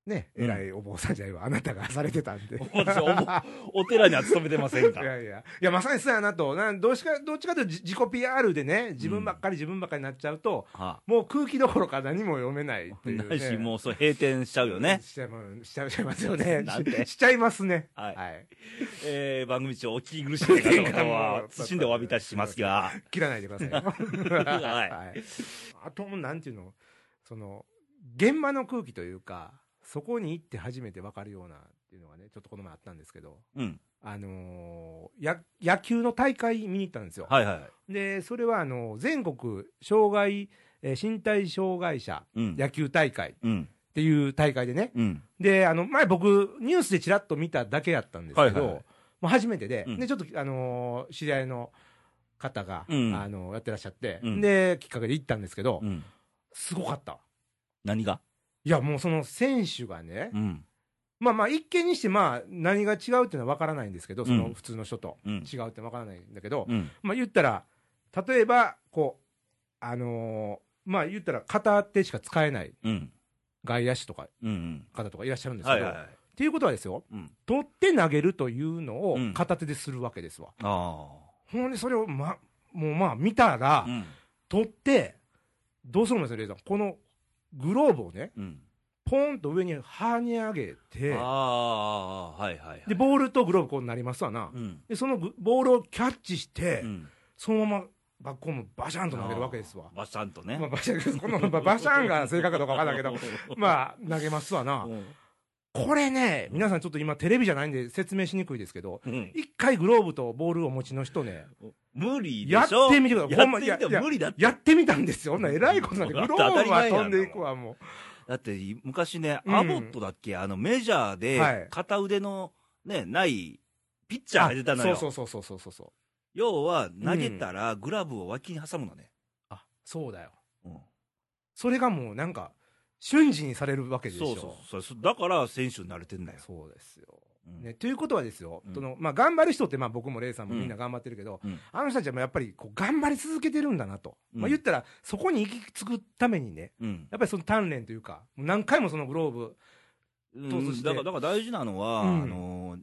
Speaker 2: ね、
Speaker 1: うん
Speaker 2: 偉いお坊さんじゃないわ、あなたがされてたんで。
Speaker 1: 私おぼお寺には勤めてません
Speaker 2: い
Speaker 1: が。
Speaker 2: やいや。いや、まさにそうやなと。なんどっちか、どっちかというとじ自己 PR でね、自分ばっかり自分ばっかりになっちゃうと、
Speaker 1: は
Speaker 2: もう空気どころか何も読めないっていう、ね。
Speaker 1: ないし、もうそう閉店しちゃうよね。
Speaker 2: しちゃいますしちゃいますよね。
Speaker 1: なんで
Speaker 2: ししちゃいますね。
Speaker 1: はい
Speaker 2: はい。
Speaker 1: えー、番組中お聞き苦しんでいた方は、謹んでお詫びいたしますが。
Speaker 2: 切らないでくださいよ。
Speaker 1: はい
Speaker 2: い。あと、なんていうの、その、現場の空気というか、そこに行って初めて分かるようなっていうのがね、ちょっとこの前あったんですけど、
Speaker 1: うん。
Speaker 2: あのーや、野球の大会見に行ったんですよ。
Speaker 1: はいはい。
Speaker 2: で、それはあの、全国障害、えー身体障害者
Speaker 1: うん。
Speaker 2: 野球大会っ
Speaker 1: うん。
Speaker 2: ていう大会でね、
Speaker 1: うん。
Speaker 2: で、あの、前僕、ニュースでちらっと見ただけやったんですけど、
Speaker 1: はいはいはい
Speaker 2: もう初めてで、
Speaker 1: うん
Speaker 2: で、ちょっと、あのー知り合いの方が、
Speaker 1: うん
Speaker 2: あのーやってらっしゃって、
Speaker 1: うん
Speaker 2: で、きっかけで行ったんですけど、
Speaker 1: うん。
Speaker 2: すごかった。
Speaker 1: 何が
Speaker 2: いや、もうその選手がね、
Speaker 1: うん。
Speaker 2: まあまあ、一見にして、まあ、何が違うっていうのは分からないんですけど、そうの
Speaker 1: ん
Speaker 2: 普通の人と
Speaker 1: うん。
Speaker 2: 違うって分からないんだけど、
Speaker 1: うん。
Speaker 2: まあ言ったら、例えば、こう、あのーまあ言ったら、片手しか使えない
Speaker 1: うん。
Speaker 2: 外野手とか、
Speaker 1: うん。
Speaker 2: 方とかいらっしゃるんですけ
Speaker 1: は
Speaker 2: ど、
Speaker 1: いはいはい。
Speaker 2: っていうことはですよ、
Speaker 1: うん。
Speaker 2: 取って投げるというのを
Speaker 1: うん
Speaker 2: 片手でするわけですわ。
Speaker 1: あ
Speaker 2: ほんで、それを、ま、もうまあ見たら、
Speaker 1: あ。うん。
Speaker 2: 取って、どうするんですよ、レイさん。このグローブをね、
Speaker 1: うん。
Speaker 2: ポーンと上に跳ね上げて、
Speaker 1: ああー、はいはいはい。
Speaker 2: で、ボールとグローブこうなりますわな。
Speaker 1: うん。
Speaker 2: で、そのグボールをキャッチして、
Speaker 1: うん。
Speaker 2: そのまま学校もバシャンと投げるわけですわ
Speaker 1: あー。バシャンとね
Speaker 2: まあ、。バシャンです、この、まあバシャンが正確かどうかわから ないけど、まあ、投げますわな
Speaker 1: う。ん
Speaker 2: これね、皆さんちょっと今テレビじゃないんで説明しにくいですけど、
Speaker 1: うん。
Speaker 2: 一回グローブとボールをお持ちの人ね、
Speaker 1: 無理で
Speaker 2: やっ
Speaker 1: しょ
Speaker 2: てみてください。
Speaker 1: や
Speaker 2: ほ
Speaker 1: っ
Speaker 2: んま
Speaker 1: て
Speaker 2: い
Speaker 1: み
Speaker 2: や
Speaker 1: て
Speaker 2: いや
Speaker 1: も無理だって。
Speaker 2: やってみたんですよ。ほんなら偉いことなんで、
Speaker 1: だっ
Speaker 2: グ
Speaker 1: て
Speaker 2: ローブは飛んでいく
Speaker 1: 当たり前
Speaker 2: わ、も
Speaker 1: だって昔ね、
Speaker 2: うん
Speaker 1: アボットだっけ、あのメジャー
Speaker 2: はい
Speaker 1: で片腕のね、ないピッ
Speaker 2: う。
Speaker 1: チャーが出たのよ。
Speaker 2: そうそうそうそうそうそう。
Speaker 1: 要は投げたらグラブを脇に挟むのね。
Speaker 2: あ、そうだよ。
Speaker 1: うん
Speaker 2: それがもうなんか、瞬時にされるわけでしょ。
Speaker 1: そうそうそう。だから選手になれてんだよ。
Speaker 2: そうですよ。
Speaker 1: うん
Speaker 2: ね、ということはですよ、
Speaker 1: うん
Speaker 2: そのまあ、頑張る人って、まあ、僕もレイさんも
Speaker 1: うん
Speaker 2: みんな頑張ってるけど、
Speaker 1: うん
Speaker 2: あの人たちはやっぱりこう頑張り続けてるんだなと、
Speaker 1: うん
Speaker 2: まあ、言ったら、そこに行き着くためにね、
Speaker 1: うん
Speaker 2: やっぱりその鍛錬というか、もう何回もそのグローブ、
Speaker 1: うん
Speaker 2: そうして
Speaker 1: だからだから大事なのは、
Speaker 2: うん
Speaker 1: あのー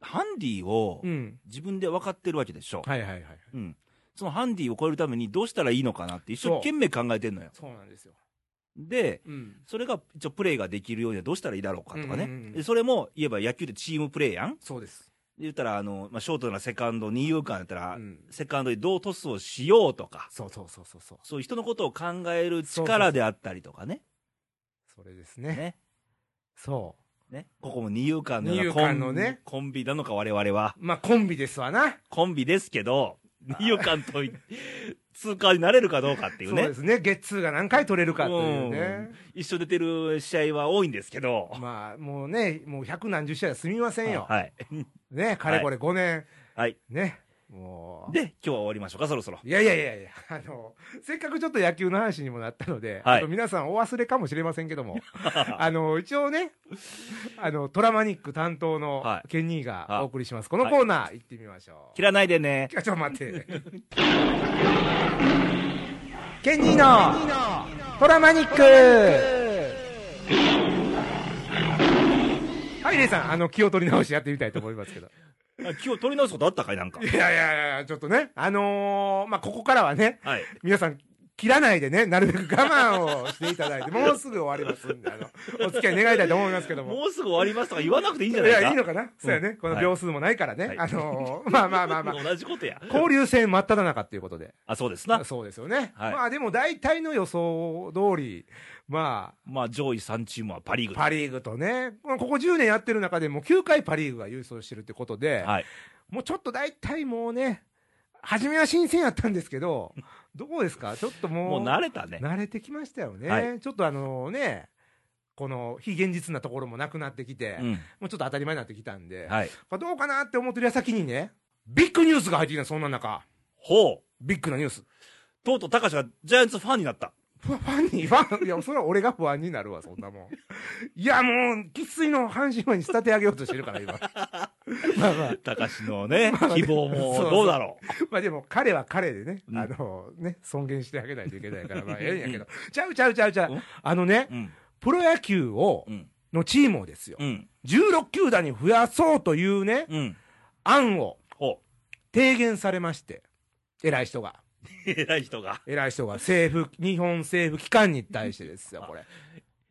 Speaker 1: ハンディを
Speaker 2: うん、
Speaker 1: 自分で分かってるわけでしょ。
Speaker 2: はいはいはい、
Speaker 1: うんそのハンディを超えるためにどうしたらいいのかなって一生懸命考えてんのよ。
Speaker 2: そうなんですよ、
Speaker 1: で、
Speaker 2: うん、
Speaker 1: それが一応プレーができるようにはどうしたらいいだろうかとかね、
Speaker 2: うんうんうん
Speaker 1: でそれも言えば野球でチームプレーやん、
Speaker 2: そうです、
Speaker 1: 言ったらあの、まあ、ショートならセカンド、二遊間やったら、
Speaker 2: うん、
Speaker 1: セカンドにどうトスをしようとか、
Speaker 2: そうそうそうそうそう、
Speaker 1: そういう人のことを考える力であったりとかね、
Speaker 2: それですね、
Speaker 1: ね
Speaker 2: そ
Speaker 1: ねここも二遊間のような
Speaker 2: 二遊間のね
Speaker 1: コンコンビなのか、我々は、
Speaker 2: う、まあ、コンビですわな、
Speaker 1: コンビですけど、二遊間と い通過になれるかどうかっていう
Speaker 2: そう
Speaker 1: ね
Speaker 2: で、すね、ゲッツーが何回取れるかっていうね、
Speaker 1: 一緒に出てる試合は多いんですけど、
Speaker 2: まあ、もうね、もう百何十試合はすみませんよ、
Speaker 1: はい、
Speaker 2: ね、かれこれ5年、
Speaker 1: はい、
Speaker 2: ね、もう。
Speaker 1: で、今日は終わりましょうか、そろそろ。
Speaker 2: いやいやいやいや、あの、せっかくちょっと野球の話にもなったので、
Speaker 1: はい
Speaker 2: あと皆さんお忘れかもしれませんけど も、あの、一応ね、あの、トラマニック担当の
Speaker 1: はい
Speaker 2: ケニーがお送りします。こ
Speaker 1: は
Speaker 2: の
Speaker 1: い
Speaker 2: コーナー行ってみましょう。
Speaker 1: 切らないでね。
Speaker 2: いやちょっと待って。ケニーのトラマニックはい、レイさん、あの、気を取り直しやってみたいと思いますけど。
Speaker 1: あ今日取り直すことあったかいなんか
Speaker 2: い。やいやいや、ちょっとね、あのーまあ、ここからはね、
Speaker 1: はい。
Speaker 2: 皆さん、切らないでね、なるべく我慢をしていた だいて、もうすぐ終わりますんで、あの、お付き合い願いたいと思いますけども。
Speaker 1: もうすぐ終わりますとか言わなくていいん
Speaker 2: い
Speaker 1: じゃないか。
Speaker 2: や、いいのかなそうやね。この秒数もないからね。
Speaker 1: はい
Speaker 2: あのーまあまあまあまあ。
Speaker 1: 同じことや。
Speaker 2: 交流戦真っ只中ってい うことで。
Speaker 1: あ、そうですな。
Speaker 2: そうですよね。
Speaker 1: はい
Speaker 2: まあでも大体の予想通り、ま
Speaker 1: まあ、上位3チームはパ・リー
Speaker 2: あ、
Speaker 1: グ。
Speaker 2: パリーグとね、まあここ10年やってる中でもう9回パリーグが優勝してるってことで、
Speaker 1: はい。
Speaker 2: もうちょっと大体もうね、初めは新鮮やったんですけど、どうですかちょっと
Speaker 1: もう慣れたね。
Speaker 2: 慣れてきましたよね、
Speaker 1: はい
Speaker 2: ちょっとあのね、この非現実なところもなくなってきて、
Speaker 1: うん。
Speaker 2: もうちょっと当たり前になってきたんで、
Speaker 1: はい。
Speaker 2: まあどうかなって思ってる矢先にね、ビッグニュースが入ってきた、そんな中、
Speaker 1: ほう。
Speaker 2: ビッグなニュース。
Speaker 1: とうとう高橋がジャイアンツファンになった。
Speaker 2: ファファンに、ファン、いや、それは俺が不安になるわ、そんなもん。 いや、もう、生粋の阪神ファンに仕立て上げようとしてるから、今。 まあまあ、
Speaker 1: 高橋のね
Speaker 2: まあ、ね
Speaker 1: 希望
Speaker 2: そうそ
Speaker 1: も
Speaker 2: う
Speaker 1: どうだろう。
Speaker 2: まあでも、彼は彼でね、
Speaker 1: うん
Speaker 2: あの、ね、尊厳してあげないといけないから、まあ、ええんやけど。ちゃうちゃうちゃうちゃう。あのね、
Speaker 1: うん。
Speaker 2: プロ野球を
Speaker 1: うん。
Speaker 2: のチームをですよ、
Speaker 1: うん。
Speaker 2: 16球団に増やそうというね、
Speaker 1: うん。
Speaker 2: 案を
Speaker 1: ほ
Speaker 2: 提言されまして、偉い人が。
Speaker 1: う。偉い人が。
Speaker 2: 偉い人が政府、 日本政府機関に対してですよ、これ。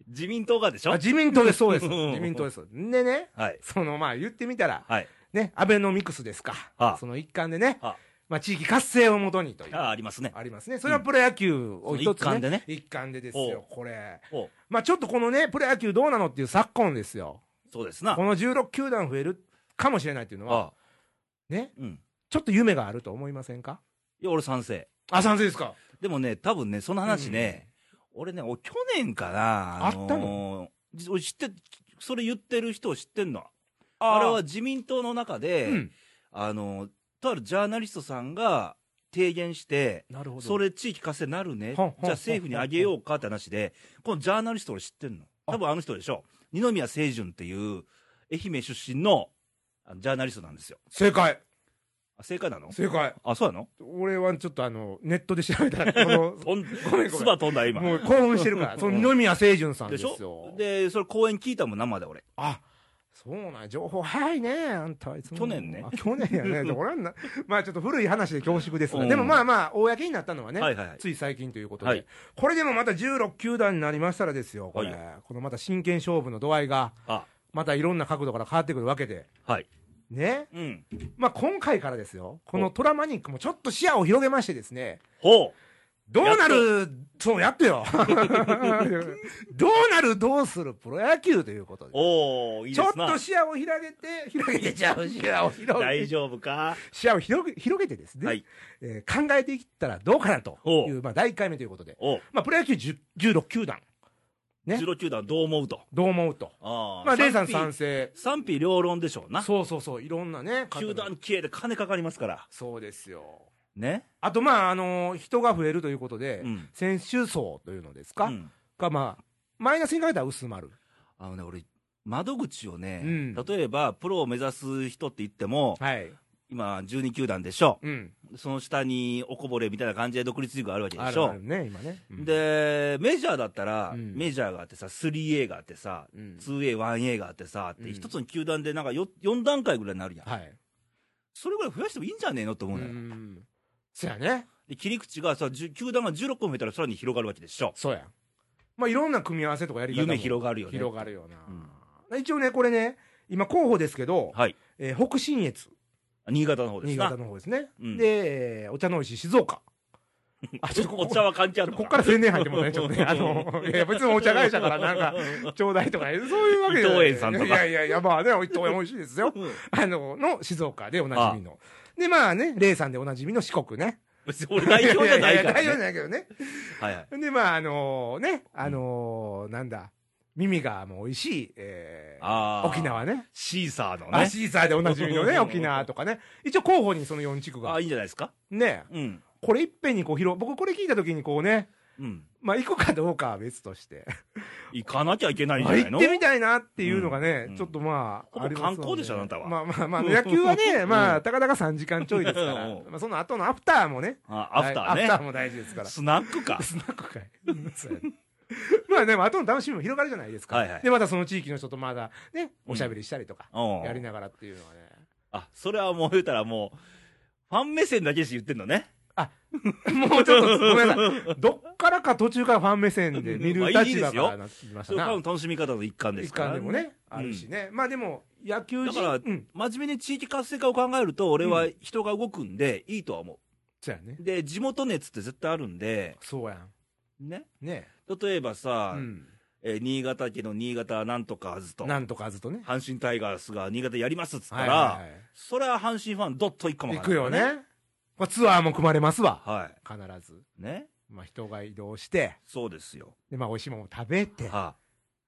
Speaker 1: 自民党がでし
Speaker 2: あ
Speaker 1: ょ
Speaker 2: 自民党です、そうです。
Speaker 1: うん
Speaker 2: 自民党です。でね、
Speaker 1: はい。
Speaker 2: そのまあ言ってみたら、
Speaker 1: はい。
Speaker 2: ね、アベノミクスですか
Speaker 1: あ。あ
Speaker 2: その一環でね
Speaker 1: ああ、
Speaker 2: まあ地域活性をもとにという。
Speaker 1: ああ、ありますね。
Speaker 2: ありますね。それはプロ野球を一つ、ね
Speaker 1: その一環でね
Speaker 2: 一環でですよ、これ。
Speaker 1: ほう。
Speaker 2: まあちょっとこのね、プロ野球どうなのっていう昨今ですよ。
Speaker 1: そうですな。
Speaker 2: この16球団増えるかもしれないっていうのは、
Speaker 1: ああ。
Speaker 2: ね、
Speaker 1: うん。
Speaker 2: ちょっと夢があると思いませんか
Speaker 1: いや、俺賛成。
Speaker 2: あ、賛成ですか
Speaker 1: でもね、多分ね、その話ね、俺ね、お去年かな。
Speaker 2: あった
Speaker 1: のじ俺知って、それ言ってる人を知ってんの。あれは、自民党の中で、
Speaker 2: うん。
Speaker 1: あの、とあるジャーナリストさんが提言して、
Speaker 2: なるほど。
Speaker 1: それ地域活性なるね。じ
Speaker 2: ほん
Speaker 1: ゃ
Speaker 2: ほん
Speaker 1: あ政府にあげようかって話で、このジャーナリスト俺知ってんの。多分あの人でしょ。二宮清純っていう、愛媛出身のあのジャーナリストなんですよ。
Speaker 2: 正解。
Speaker 1: あ、正解なの
Speaker 2: 正解。
Speaker 1: あ、そうなの
Speaker 2: 俺はちょっとあの、ネットで調べた ら、この、
Speaker 1: とん、
Speaker 2: ごめんご
Speaker 1: 唾
Speaker 2: めん。
Speaker 1: 飛んだ今。
Speaker 2: もう興奮してる から。その二宮清純さん
Speaker 1: で
Speaker 2: で
Speaker 1: すしょ
Speaker 2: よ。
Speaker 1: で、それ公演聞いたもん、生で俺。
Speaker 2: あそうなんや情報早いね、あんた、いつも。
Speaker 1: 去年ね
Speaker 2: あ去年や ね。で俺はな、まあちょっと古い話で恐縮です
Speaker 1: う
Speaker 2: が、
Speaker 1: ん
Speaker 2: でもまあまあ、公になったのはね、
Speaker 1: はいはいはい。
Speaker 2: つい最近ということで、
Speaker 1: はい
Speaker 2: これでもまた16球団になりましたらですよ、これ、
Speaker 1: は
Speaker 2: このまた真剣勝負の度合いが、
Speaker 1: あ、
Speaker 2: またいろんな角度から変わってくるわけで、
Speaker 1: はい。
Speaker 2: ね、
Speaker 1: うん。
Speaker 2: まあ今回からですよ、このトラマニックもちょっと視野を広げましてですね、
Speaker 1: ほ
Speaker 2: どうなる、そう、やっ てよ。どうなる、どうする、プロ野球ということ
Speaker 1: う。
Speaker 2: で。
Speaker 1: おー、いい
Speaker 2: ち
Speaker 1: で
Speaker 2: ょっ
Speaker 1: すな
Speaker 2: と。視野を広げて、広げてちゃう、視野を広げ
Speaker 1: 大
Speaker 2: て、
Speaker 1: 丈夫か
Speaker 2: 視野を広げ広げてですね、
Speaker 1: はい。
Speaker 2: えー考えていったらどうかなとい
Speaker 1: ほ
Speaker 2: う、まあ第1回目ということで、
Speaker 1: おう。
Speaker 2: まあプロ野球10 16球団、ね
Speaker 1: 十六球団どう思うと。
Speaker 2: どう思うと。
Speaker 1: あ
Speaker 2: まあ、レイさ
Speaker 1: 賛
Speaker 2: ん
Speaker 1: 否
Speaker 2: 賛成。
Speaker 1: 賛否両論でしょうな。
Speaker 2: そうそうそう、いろんなね、
Speaker 1: 球団経営で金かかりますから。
Speaker 2: そうですよ。
Speaker 1: ね。
Speaker 2: あと、まあ、あのー人が増えるということで、
Speaker 1: うん。
Speaker 2: 選手層というのですか、
Speaker 1: うん
Speaker 2: が、まあ、マイナスにかけたら薄まる。
Speaker 1: あのね、俺、窓口をね、
Speaker 2: うん
Speaker 1: 例えば、プロを目指す人って言っても、
Speaker 2: はい。
Speaker 1: 今、12球団でしょ。
Speaker 2: うん。
Speaker 1: その下に、おこぼれみたいな感じで独立リーグがあるわけ
Speaker 2: あ
Speaker 1: でし
Speaker 2: るあ
Speaker 1: ょ
Speaker 2: る。ね、今ね。うん、
Speaker 1: で、メジャーだったら、
Speaker 2: うん
Speaker 1: メジャーがあってさ、3A があってさ、
Speaker 2: うん、
Speaker 1: 2A、1A があってさ、っ
Speaker 2: う
Speaker 1: て
Speaker 2: ん
Speaker 1: 一つの球団でなんか 4, 四段階ぐらいになるやん。
Speaker 2: はい。
Speaker 1: それぐらい増やしてもいいんじゃねえのって思う
Speaker 2: う
Speaker 1: のよ。
Speaker 2: ん。そやね。
Speaker 1: で、切り口がさ、じゅ球団が16個増えたらさらに広がるわけでしょ。
Speaker 2: そうや。まあ、いろんな組み合わせとかやり方も
Speaker 1: 夢広がるよね。
Speaker 2: 広がるよな、
Speaker 1: うん
Speaker 2: 一応ね、これね、今候補ですけど、
Speaker 1: はい。
Speaker 2: えー北信越、
Speaker 1: 新潟の方です
Speaker 2: 新
Speaker 1: な。
Speaker 2: 潟の方ですね。
Speaker 1: うん
Speaker 2: で、えーお茶の石、静岡。あちょっとここ
Speaker 1: お茶は関係あるの
Speaker 2: こっ
Speaker 1: か
Speaker 2: から
Speaker 1: な。
Speaker 2: 宣伝入ってもね、ちょっ とね、あの、いや、別にお茶会社からなんか、ちょうだいとか、そういうわけじゃない
Speaker 1: 伊藤園さんとか
Speaker 2: いやいやいや、まあね、伊藤園美味しいですよ。あの、の、静岡でおなじみの。で、まあね、レイさんでおなじみの四国ね。
Speaker 1: 別に俺代表じゃないか
Speaker 2: ややや代表
Speaker 1: ら、
Speaker 2: じゃ
Speaker 1: ね。
Speaker 2: ないけどね。
Speaker 1: はいはい。
Speaker 2: で、まあ、あのね、あのーなんだ、耳がもう美味しい、えー、
Speaker 1: あー
Speaker 2: 沖。縄ね。
Speaker 1: シーサーの
Speaker 2: ア
Speaker 1: ね。
Speaker 2: シーサーでおなじみのね、
Speaker 1: うん
Speaker 2: 沖縄とかね。一応候補にその4地区
Speaker 1: あ
Speaker 2: が
Speaker 1: あ、い。いんじゃないですか。
Speaker 2: ね、
Speaker 1: うん。
Speaker 2: これいっぺんにこう広、僕これ聞いた時にこうね、
Speaker 1: うん。
Speaker 2: まあ行くかどうかは別として。
Speaker 1: 行かなきゃいけないんじ
Speaker 2: ま
Speaker 1: ゃ
Speaker 2: あ
Speaker 1: ない
Speaker 2: 行
Speaker 1: の
Speaker 2: ってみたいなっていうのがね、
Speaker 1: うん
Speaker 2: ちょっとまあ、
Speaker 1: ほぼ
Speaker 2: ありますの
Speaker 1: 観
Speaker 2: で
Speaker 1: 光でしょあなたは
Speaker 2: まあまあまあ、野球は ね、まあ、たかだか3時間ちょいですから、
Speaker 1: うん
Speaker 2: まあその後のアフターもね、
Speaker 1: あアフター
Speaker 2: はい
Speaker 1: ね。
Speaker 2: アフターも大事ですから。
Speaker 1: スナックか。
Speaker 2: スナックかい。そうや まあでも後の楽しみも広がるじゃないですか。
Speaker 1: はいはい
Speaker 2: で、またその地域の人とまだね、
Speaker 1: うん
Speaker 2: おしゃべりしたりとか、
Speaker 1: うん
Speaker 2: やりながらっていうのはね。
Speaker 1: あ、それはもう言うたらもう、ファン目線だけして言ってんのね。
Speaker 2: もうちょっと、ごめんなさい。どっからか途中からファン目線で見る
Speaker 1: まあいい
Speaker 2: 立
Speaker 1: で
Speaker 2: 場
Speaker 1: す
Speaker 2: か
Speaker 1: よ
Speaker 2: らなってきまし
Speaker 1: そ
Speaker 2: た
Speaker 1: れは
Speaker 2: な
Speaker 1: 多。分楽しみ方の一環で
Speaker 2: 一
Speaker 1: すから、
Speaker 2: 環でも。ね、あるしね。まあでも、野球人
Speaker 1: だから
Speaker 2: うん。
Speaker 1: 真面目に地域活性化を考えると、俺は人が動くんで、いいとは思
Speaker 2: そうやね
Speaker 1: う。。で、地元熱って絶対あるんで、
Speaker 2: そうやん。
Speaker 1: ね。
Speaker 2: ね。
Speaker 1: 例えばさ、
Speaker 2: うん。
Speaker 1: えー新潟家の新潟なんとかずと、
Speaker 2: なんとかずっとね。
Speaker 1: 阪神タイガースが新潟やりますっつったら、
Speaker 2: はいはい
Speaker 1: それは阪神ファンどっと一個
Speaker 2: は
Speaker 1: も
Speaker 2: い
Speaker 1: か
Speaker 2: 行
Speaker 1: か
Speaker 2: く
Speaker 1: る
Speaker 2: よ。ね。まあツアーも組まれますわ。
Speaker 1: は
Speaker 2: 必ず。
Speaker 1: い。ね。
Speaker 2: まあ人が移動して、
Speaker 1: そうですよ。
Speaker 2: で、まあ美味しいものも食べて、
Speaker 1: は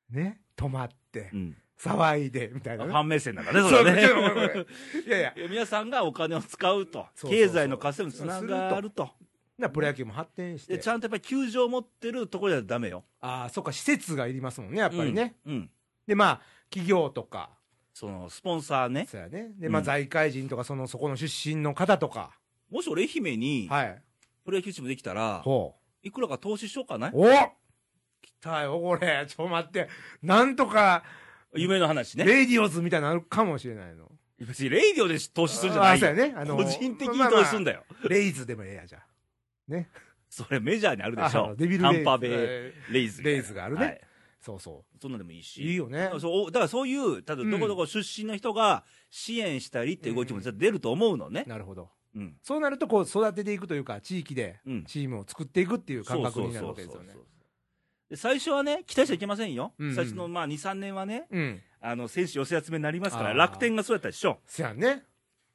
Speaker 2: ね。泊まって
Speaker 1: い。う、ん。
Speaker 2: 騒いで、みたい
Speaker 1: フ
Speaker 2: なね。
Speaker 1: ァン目線だからね、それはね。
Speaker 2: そうごめんごめんごめんいやいや、
Speaker 1: え皆さんがお金を使うと、
Speaker 2: そうそうそう
Speaker 1: 経済の活性につながると。
Speaker 2: なプロ野球も発展し
Speaker 1: で、
Speaker 2: て
Speaker 1: ち。ゃんとやっぱり球場を持ってるところじゃダメよ。
Speaker 2: ああ、そっか、施設がいりますもんね、やっぱりね。
Speaker 1: うん。うん。
Speaker 2: で、まあ、企業とか、
Speaker 1: その、スポンサーね。
Speaker 2: そうやね。で、ま
Speaker 1: う
Speaker 2: あ、
Speaker 1: ん
Speaker 2: 財界人とか、その、そこの出身の方とか。
Speaker 1: もし俺愛媛に、
Speaker 2: はい。
Speaker 1: プロ野球チームできたら、
Speaker 2: ほ
Speaker 1: いくらか投資しようかな
Speaker 2: う。お来たよ、これ。ちょ、待って。なんとか、
Speaker 1: 夢の話ね。
Speaker 2: レイディオズみたいになるかもしれないの。
Speaker 1: 別にレイディオで投資するんじゃない
Speaker 2: あそ
Speaker 1: よ。
Speaker 2: うやね。あの
Speaker 1: 個人的に投資するん
Speaker 2: だ
Speaker 1: だよ。
Speaker 2: レイズでもええや、じゃあ。
Speaker 1: それメジャーにあるでし
Speaker 2: あ
Speaker 1: ょ。
Speaker 2: デビル
Speaker 1: タ
Speaker 2: レイズ
Speaker 1: ンパベイレイズ。
Speaker 2: レイズがあるね
Speaker 1: はい
Speaker 2: そうそ。
Speaker 1: そんなんでもいいうし。
Speaker 2: いいよね。
Speaker 1: そうだからそういう、ただ
Speaker 2: うん
Speaker 1: どこどこ出身の人が支援したりっていう動きも絶対出ると思うのね。
Speaker 2: なるほど。
Speaker 1: うん。
Speaker 2: そうなると、こう、育てていくというか、地域で、
Speaker 1: うん。
Speaker 2: チームを作っていくっていう感覚
Speaker 1: そう
Speaker 2: になる
Speaker 1: そ
Speaker 2: わ
Speaker 1: う
Speaker 2: けですよね
Speaker 1: そう。そうで最初はね、期待しちゃいけませんよ。
Speaker 2: うんうん
Speaker 1: 最初のまあ2、3年はね、
Speaker 2: うん。
Speaker 1: あの、選手寄せ集めになりますか
Speaker 2: あ
Speaker 1: ら、
Speaker 2: ー
Speaker 1: 楽天がそうやったでしょ。
Speaker 2: せやんね。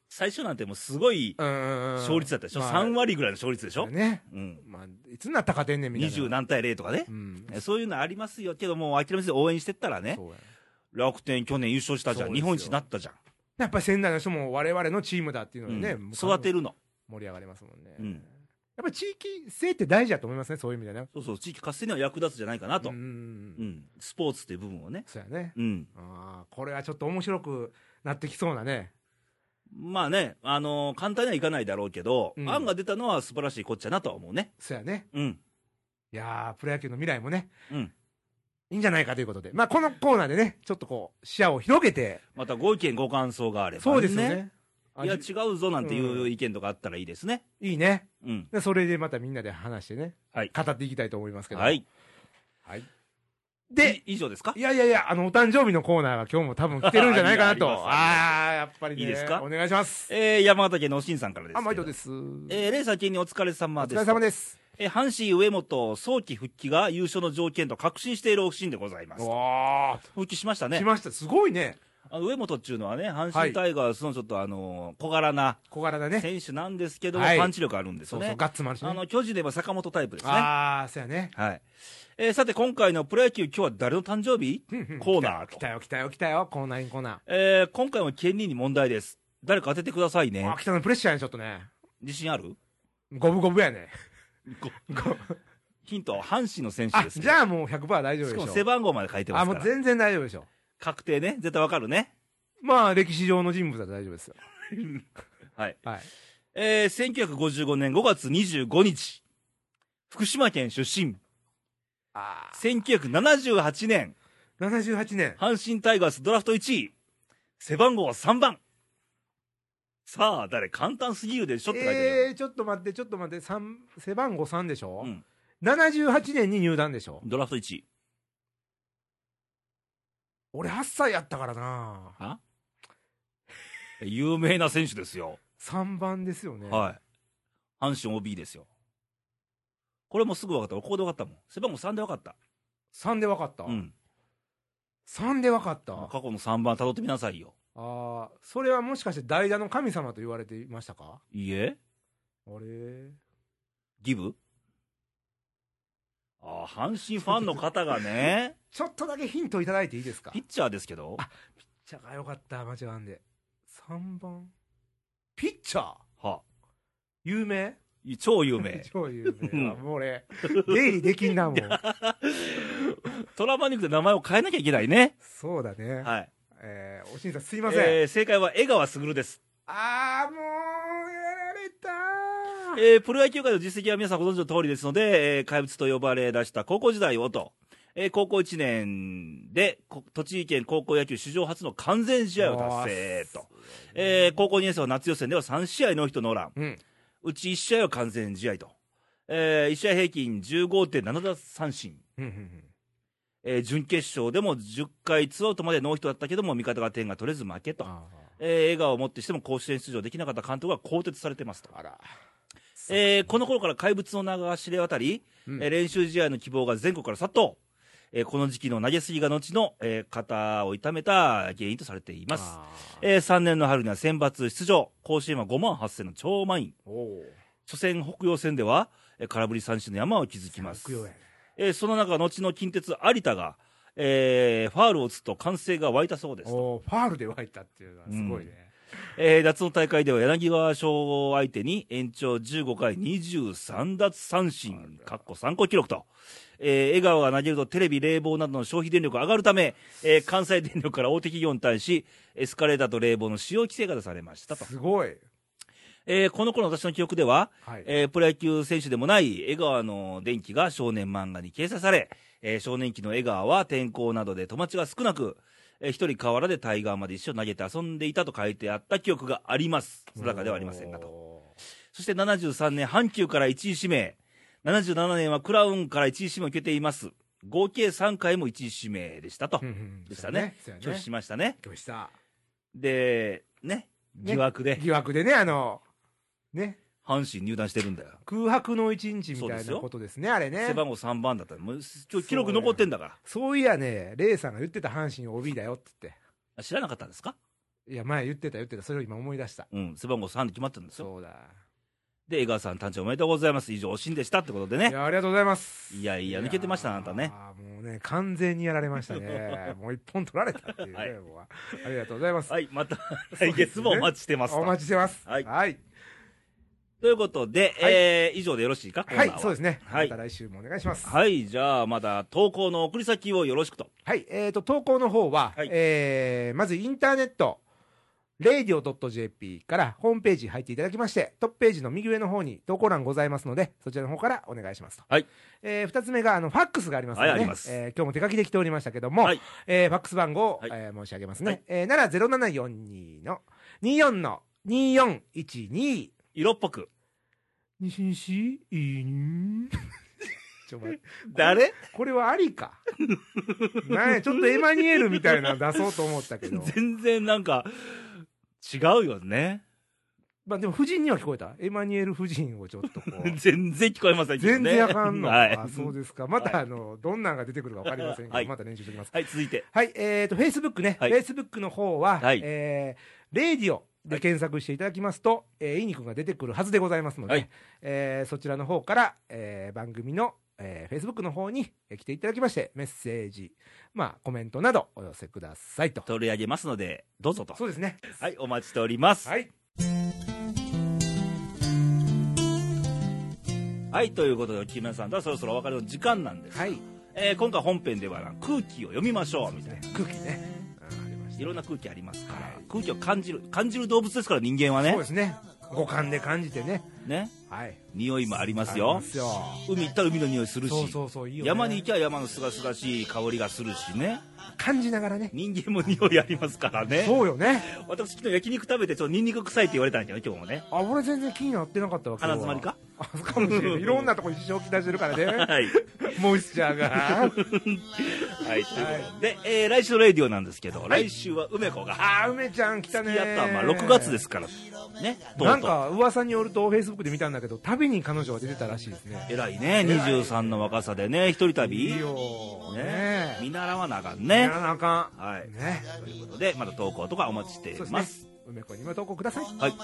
Speaker 1: 最初なんてもうすごい
Speaker 2: うんうんうん。
Speaker 1: 勝率だったでしょ。
Speaker 2: まあ
Speaker 1: 3割ぐらいの勝率でしょ。
Speaker 2: ね。
Speaker 1: うん。
Speaker 2: まあ、いつになったら勝てんねんみたいな。
Speaker 1: 20何対0とかね
Speaker 2: う。ん。
Speaker 1: そういうのありますよけど、もう諦めず応援してったらね、
Speaker 2: そうや
Speaker 1: 楽天去年優勝したじゃ
Speaker 2: そ
Speaker 1: ん。
Speaker 2: うで
Speaker 1: 日
Speaker 2: すよ
Speaker 1: 本一になったじゃん。
Speaker 2: やっぱり仙台の人も我々のチームだっていうのでね、
Speaker 1: うん育て
Speaker 2: る
Speaker 1: るの。
Speaker 2: 盛り上がりますもんね、
Speaker 1: うん
Speaker 2: やっぱり地域性って大事だと思いますねそういう意味でね
Speaker 1: そうそう、地域活性には役立つじゃないかなと。
Speaker 2: う
Speaker 1: うんん。
Speaker 2: うんうん
Speaker 1: スポーツっていう部分をね。
Speaker 2: そうやね
Speaker 1: うん。
Speaker 2: ああこれはちょっと面白くなってきそうなね
Speaker 1: まあね、あのー簡単にはいかないだろうけど、
Speaker 2: うん
Speaker 1: 案が出たのは素晴らしいこっちゃなとは思うね。
Speaker 2: そうやね
Speaker 1: うん。
Speaker 2: いやープロ野球の未来もね
Speaker 1: うん。
Speaker 2: いいんじゃないかということでまあこのコーナーでねちょっとこう視野を広げて
Speaker 1: またご意見ご感想があれば、ね。
Speaker 2: そうですよねあ
Speaker 1: いや、
Speaker 2: じ
Speaker 1: 違うぞなんていううん意見とかあったらいいですね。
Speaker 2: いいね
Speaker 1: うん。
Speaker 2: でそれでまたみんなで話してね、
Speaker 1: はい
Speaker 2: 語っていきたいと思いますけど
Speaker 1: はい。
Speaker 2: はいで
Speaker 1: で、以上ですか
Speaker 2: いやいやいや、あの、お誕生日のコーナーが今日も多分来てるんじゃないかなと。
Speaker 1: あります
Speaker 2: ああー、やっぱりね。
Speaker 1: いいですか
Speaker 2: お願いします。
Speaker 1: えー、山形県のおしんさんからですけど。
Speaker 2: あ、毎度です。
Speaker 1: えー、レーサー県にお疲れ
Speaker 2: お
Speaker 1: 様で
Speaker 2: 疲
Speaker 1: す。
Speaker 2: れ様です。
Speaker 1: えー阪神上本早期復帰が優勝の条件と確信しているオシンでございます。
Speaker 2: わ
Speaker 1: 復帰しました
Speaker 2: ー、来
Speaker 1: ね。
Speaker 2: ました。すごいね。
Speaker 1: あの上本っていうのはね、阪神タイガースのちょっとあのー小柄な
Speaker 2: 小柄だね。
Speaker 1: 選手なんですけども、
Speaker 2: はい
Speaker 1: パンチ力あるんです
Speaker 2: そ
Speaker 1: よ
Speaker 2: う
Speaker 1: ね。
Speaker 2: そう、ガッツもあるしね。
Speaker 1: あの、巨人では坂本タイプですね。は
Speaker 2: ああ、そうやね。
Speaker 1: い。えーさて今回のプロ野球今日は誰の誕生日コーナー
Speaker 2: 来
Speaker 1: と。
Speaker 2: たよ、来たよ、来たよ。コーナーインコーナ
Speaker 1: えー今回も県人に問題です。誰か当ててください
Speaker 2: ー。
Speaker 1: ね
Speaker 2: あ、。来たのプレッシャーやね、ちょっとね。
Speaker 1: 自信ある
Speaker 2: 五分五分やね。
Speaker 1: ヒント、阪神の選手
Speaker 2: あ、
Speaker 1: です。
Speaker 2: じゃあもう100%大丈夫
Speaker 1: し
Speaker 2: で
Speaker 1: かも
Speaker 2: し
Speaker 1: 背
Speaker 2: ょ。
Speaker 1: 番号まで書いてま
Speaker 2: あ、
Speaker 1: す
Speaker 2: も
Speaker 1: か
Speaker 2: う
Speaker 1: ら。
Speaker 2: 全然大丈夫でしょ。
Speaker 1: 確定ね。絶対わかるね。
Speaker 2: まあ、歴史上の人物だと大丈夫ですよ。
Speaker 1: はい。
Speaker 2: はい。
Speaker 1: えー、1955年5月25日、福島県出身。
Speaker 2: あ
Speaker 1: 1978年、
Speaker 2: あ。78年。
Speaker 1: 阪神タイガースドラフト1位。背番号は3番。さあ、誰簡単すぎるでしょって書いてるよ、
Speaker 2: えー、ちょっと待って、ちょっと待って、三背番号3でしょ、
Speaker 1: うん
Speaker 2: ?78 年に入団でしょ
Speaker 1: ドラフト1位。
Speaker 2: 俺8歳やったからな
Speaker 1: 有名な選手ですよ。
Speaker 2: 3番ですよね。
Speaker 1: はい。阪神 OB ですよ。これもすぐ分かった。俺ここで分かったもん。背番号3で分かった。
Speaker 2: 3で分かった。
Speaker 1: うん。
Speaker 2: 3で分かった。あ
Speaker 1: 過去の3番辿ってみなさいよ。
Speaker 2: あー、それはもしかして代打の神様と言われていましたか
Speaker 1: いいえ
Speaker 2: あれ
Speaker 1: ギブああ、阪神ファンの方がね、
Speaker 2: ちょっとだけヒントいただいていいですか
Speaker 1: ピッチャーですけど、
Speaker 2: あチャがよかった、間違わんで。3番。ピッチャー
Speaker 1: は
Speaker 2: 有名。
Speaker 1: い超有名
Speaker 2: 超有名。
Speaker 1: うん
Speaker 2: あもう俺、出入りできんな、もう。
Speaker 1: トラバニックで名前を変えなきゃいけないね。
Speaker 2: そうだね。
Speaker 1: はい。
Speaker 2: えー、おしんさんすいません。
Speaker 1: えー正解は江川卓です。
Speaker 2: あーもうやられたー
Speaker 1: えープロ野球界の実績は皆さんご存知の通りですので、えー怪物と呼ばれ出した高校時代をと、えー高校1年で、こ栃木県高校野球史上初の完全試合を達成と。えー高校2年生は夏予選では3試合の人のノーラン。
Speaker 2: うん
Speaker 1: うち1試合は完全試合と。え1試合平均15.7奪三振。
Speaker 2: うんうんうん
Speaker 1: えー準決勝でも10回ツーアウトまでノーヒットだったけども、味方が点が取れず負けと。
Speaker 2: あ
Speaker 1: えー笑顔をもってしても甲子園出場できなかった監督が更迭されてますと。
Speaker 2: ーあら
Speaker 1: えーこの頃から怪物の名が知れ渡り、
Speaker 2: うん
Speaker 1: えー練習試合の希望が全国から殺到。えーこの時期の投げすぎが後の、えー肩を痛めた原因とされています。
Speaker 2: あー
Speaker 1: え3年の春には選抜出場。甲子園は5万8000の超満員。
Speaker 2: おー
Speaker 1: 初戦北洋戦では、えー空振り三振の山を築きます
Speaker 2: 木。曜やね
Speaker 1: えーその中、後の近鉄有田が、えーファールを打つと歓声が湧いたそうですと。
Speaker 2: おーファールで湧いたっていうのはすごいね、
Speaker 1: えー夏の大会では柳川賞を相手に延長15回23奪三振、かっこ参考記録と。えー、笑顔が投げるとテレビ、冷房などの消費電力が上がるため、えー関西電力から大手企業に対し、エスカレーターと冷房の使用規制が出されましたと。
Speaker 2: すごい
Speaker 1: えーこの頃の私の記憶では、
Speaker 2: はい。
Speaker 1: えープロ野球選手でもない江川の電気が少年漫画に掲載され、えー少年期の江川は天候などで友達が少なく、えー一人河原でタイガーまで一緒に投げて遊んでいたと書いてあった記憶があります。定かではありませんがと。
Speaker 2: と。
Speaker 1: そして73年、阪急から1位指名。77年はクラウンから1位指名を受けています。合計3回も1位指名でしたと
Speaker 2: う。んうん
Speaker 1: でしたね。
Speaker 2: そうや
Speaker 1: 拒
Speaker 2: ね
Speaker 1: 否しましたね。
Speaker 2: 拒否した。
Speaker 1: で、ね、疑惑で
Speaker 2: 疑惑でね、あの、ね、
Speaker 1: 阪神入団してるんだよ。
Speaker 2: 空白の一日み
Speaker 1: そう
Speaker 2: た
Speaker 1: で
Speaker 2: い
Speaker 1: す
Speaker 2: な
Speaker 1: よ
Speaker 2: ことですね、あれね
Speaker 1: 背。番号3番だったのもうちょ記録残ってんだから
Speaker 2: そういやね、レイさんが言ってた阪神 OB だよって言っ
Speaker 1: あ知らなかったんですか
Speaker 2: て。いや、前言ってた言ってた、それを今思い出した。
Speaker 1: うん背番号3で決まってるんですよ
Speaker 2: そうだ。
Speaker 1: で江川さん誕生おめでとうございます以上おしんでしたってことで
Speaker 2: い
Speaker 1: ね
Speaker 2: や、ありがとうございます。
Speaker 1: いやいや抜けてましたねあなたね
Speaker 2: あーもうね、完全にやられました ね。もう一本取られたっていうね、
Speaker 1: はい
Speaker 2: もうありがとうございます。
Speaker 1: はいまた
Speaker 2: そうですね
Speaker 1: 来月もお待ちしてますと
Speaker 2: お待ちしてます。
Speaker 1: はい
Speaker 2: はい。
Speaker 1: ということで、
Speaker 2: はい
Speaker 1: えー以上でよろしいか
Speaker 2: はい
Speaker 1: コーナーは
Speaker 2: そうですね。
Speaker 1: はい
Speaker 2: また来週もお願いします。
Speaker 1: はいじゃあまだ投稿の送り先をよろしくと
Speaker 2: はい、えー、と、投稿の方は、
Speaker 1: はい
Speaker 2: えーまずインターネット、radio.jp からホームページ入っていただきまして、トップページの右上の方に投稿欄ございますので、そちらの方からお願いしますと。
Speaker 1: はい。
Speaker 2: えー二つ目が、あの、ファックスがありますので、
Speaker 1: はいあります
Speaker 2: えー今日も手書きできておりましたけども、
Speaker 1: はい
Speaker 2: えーファックス番号を、
Speaker 1: はい
Speaker 2: えー申し上げますね。
Speaker 1: はい
Speaker 2: えーなら0742の24の2412。
Speaker 1: 色っぽく
Speaker 2: 西西いいに ちょ、待って。
Speaker 1: 誰
Speaker 2: これはあり か。なんやちょっとエマニュエルみたいなの出そうと思ったけ ど。
Speaker 1: 全然なんか違うよね
Speaker 2: まあでも、夫人には聞こえた。エマニュエル夫人をちょっと こう。
Speaker 1: 全然聞こえませんけど
Speaker 2: 全
Speaker 1: ね
Speaker 2: 然あかん の。
Speaker 1: はい
Speaker 2: あそうですか。また、あの、どんなんが出てくるかわかりませんけど、
Speaker 1: はい
Speaker 2: また練習してきます。
Speaker 1: はい続いて
Speaker 2: はい、えっ、と、Facebook ね。
Speaker 1: はい
Speaker 2: Facebook の方は、
Speaker 1: はい
Speaker 2: えー、レディオで検索していただきますと、えー、いにくんが出てくるはずでございますので、
Speaker 1: はい
Speaker 2: えーそちらの方から、えー、番組の、えー、Facebook の方にえー来ていただきまして、メッセージ、まあ、コメントなどお寄せくださいと。
Speaker 1: 取り上げますのでどうぞと
Speaker 2: そうですね。
Speaker 1: はいお待ちしております
Speaker 2: はい。
Speaker 1: はい、ということで、木村さんとはそろそろお別れの時間なんです。
Speaker 2: はい。
Speaker 1: えー今回本編ではな空気を読みましょう、みたいな。
Speaker 2: 空気ね。うんありました
Speaker 1: いろんな空気ありますから、
Speaker 2: はい
Speaker 1: 空気を感じる、感じる動物ですから人間は
Speaker 2: そう
Speaker 1: ね
Speaker 2: で。すね。五感で感じてね。
Speaker 1: ね。
Speaker 2: はい。
Speaker 1: 匂いもあります
Speaker 2: あり
Speaker 1: よ
Speaker 2: ま。すよ。
Speaker 1: 海行ったら海の匂いするし。
Speaker 2: そうそうそう。いいよね
Speaker 1: 山に行きゃ山のすがすがしい香りがするしね。
Speaker 2: 感じながらね。
Speaker 1: 人間も匂いありますからね。
Speaker 2: そうよね。
Speaker 1: 私昨日焼肉食べて、ちょっとニンニク臭いって言われたんだけど、今日もね。
Speaker 2: あ、俺全然気になってなかったわ。今日は
Speaker 1: 鼻詰まりか
Speaker 2: あ、そうかもしれ ない。いろんなとこに支障をきたしてるからね。
Speaker 1: はい。
Speaker 2: モイスチャ ーが。
Speaker 1: はい、ということで、えー来週のレディオなんですけど、
Speaker 2: はい
Speaker 1: 来週は梅子が、
Speaker 2: あー、梅ちゃん来た
Speaker 1: やっ
Speaker 2: ね。
Speaker 1: たまあ6月ですから。ね。とうとう
Speaker 2: なんか、噂によると、フェイスブックで見たんだけど、旅に彼女は出てたらしいですね。
Speaker 1: 偉いね23の若さでね一人旅
Speaker 2: いい
Speaker 1: ね
Speaker 2: よ。ね
Speaker 1: 見習わなあかん
Speaker 2: や
Speaker 1: ね
Speaker 2: らなあかん。
Speaker 1: はい
Speaker 2: ね。
Speaker 1: ということでまだ投稿とかお待ちしてい
Speaker 2: そうで
Speaker 1: ます
Speaker 2: すね。梅子に今投稿ください。
Speaker 1: はい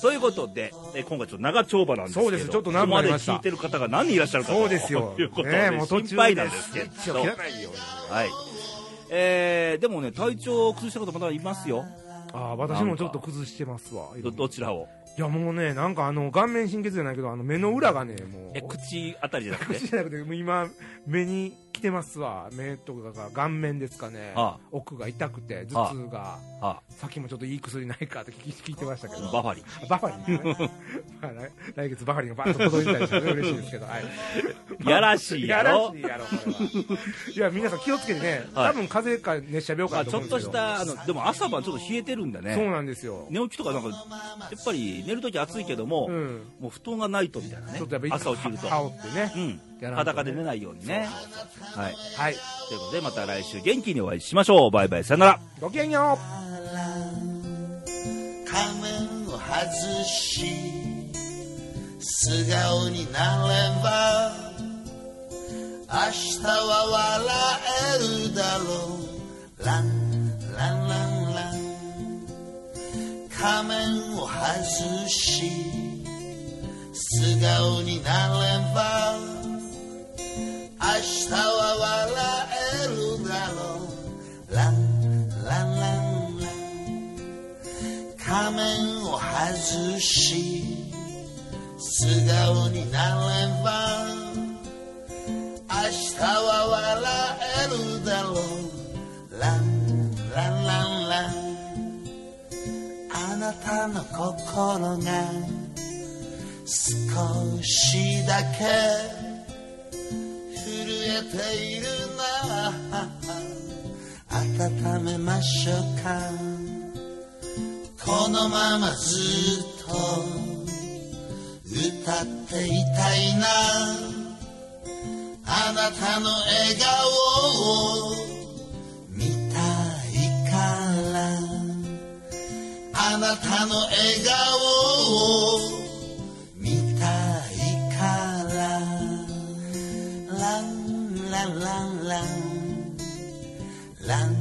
Speaker 1: ということでえ今回ちょっと長丁場なんですけど
Speaker 2: そうですちょっと長く
Speaker 1: ここま
Speaker 2: なり
Speaker 1: で
Speaker 2: ました
Speaker 1: 聞いてる方が何人いらっしゃるかと。
Speaker 2: そうですよ
Speaker 1: いうこと
Speaker 2: ね
Speaker 1: で
Speaker 2: えもう途
Speaker 1: 心
Speaker 2: 中
Speaker 1: 配なんですけ
Speaker 2: スイッチ
Speaker 1: ど
Speaker 2: を切らないように。
Speaker 1: はいえーでもね体調を崩したことまだいますよ
Speaker 2: ああ、私もちょっと崩してますわ。
Speaker 1: どどちらを
Speaker 2: いや、もうね、なんかあの、顔面神経痛じゃないけど、あの、目の裏がね、もう。
Speaker 1: え口あたりじゃなく
Speaker 2: 口
Speaker 1: て
Speaker 2: じゃなくて、もう今、目に来てますわ。目とかが顔面ですかね。
Speaker 1: あ
Speaker 2: 奥が痛くて、頭痛が。
Speaker 1: あ
Speaker 2: さっきもちょっといい薬ないかって聞き 聞いてましたけど。
Speaker 1: バファリン
Speaker 2: バファリン、ねまあ、来来月バファリンがバッと届いたりしてね嬉しいですけど。はい。
Speaker 1: やらしいやろ
Speaker 2: やらしいやろ、これは。 いや、皆さん気をつけてね。
Speaker 1: はい
Speaker 2: 多分風邪か熱射病
Speaker 1: ま
Speaker 2: か
Speaker 1: あ
Speaker 2: だ
Speaker 1: ち
Speaker 2: と
Speaker 1: ょ
Speaker 2: 思
Speaker 1: っ
Speaker 2: うんで
Speaker 1: と
Speaker 2: す
Speaker 1: し
Speaker 2: けど。
Speaker 1: たあのでも朝晩ちょっと冷えてるんだね
Speaker 2: そうなんですよ。
Speaker 1: 寝起きとかなんかやっぱり寝るとき暑いけども、
Speaker 2: うん。
Speaker 1: もう布団がないとみたいなね
Speaker 2: ちょっとやっぱ
Speaker 1: 朝起きると、
Speaker 2: 羽織ってね。
Speaker 1: うん、
Speaker 2: やらんとね
Speaker 1: 裸で寝ないようにねはい
Speaker 2: はい。
Speaker 1: ということでまた来週元気にお会いしましょうバイバイさよなら
Speaker 2: ごきげんよう
Speaker 3: 仮面を外し素顔になれば明日は笑えるだろうランランランラン仮面を外し素顔になれば明日は笑えるだろうランランランラン仮面を外し素顔になれば明日は笑えるだろうランランランランあなたの心が少しだけ震えているな温めましょうかこのままずっと歌っていたいなあなたの笑顔を見たいからあなたの笑顔を見たいからランランランランラン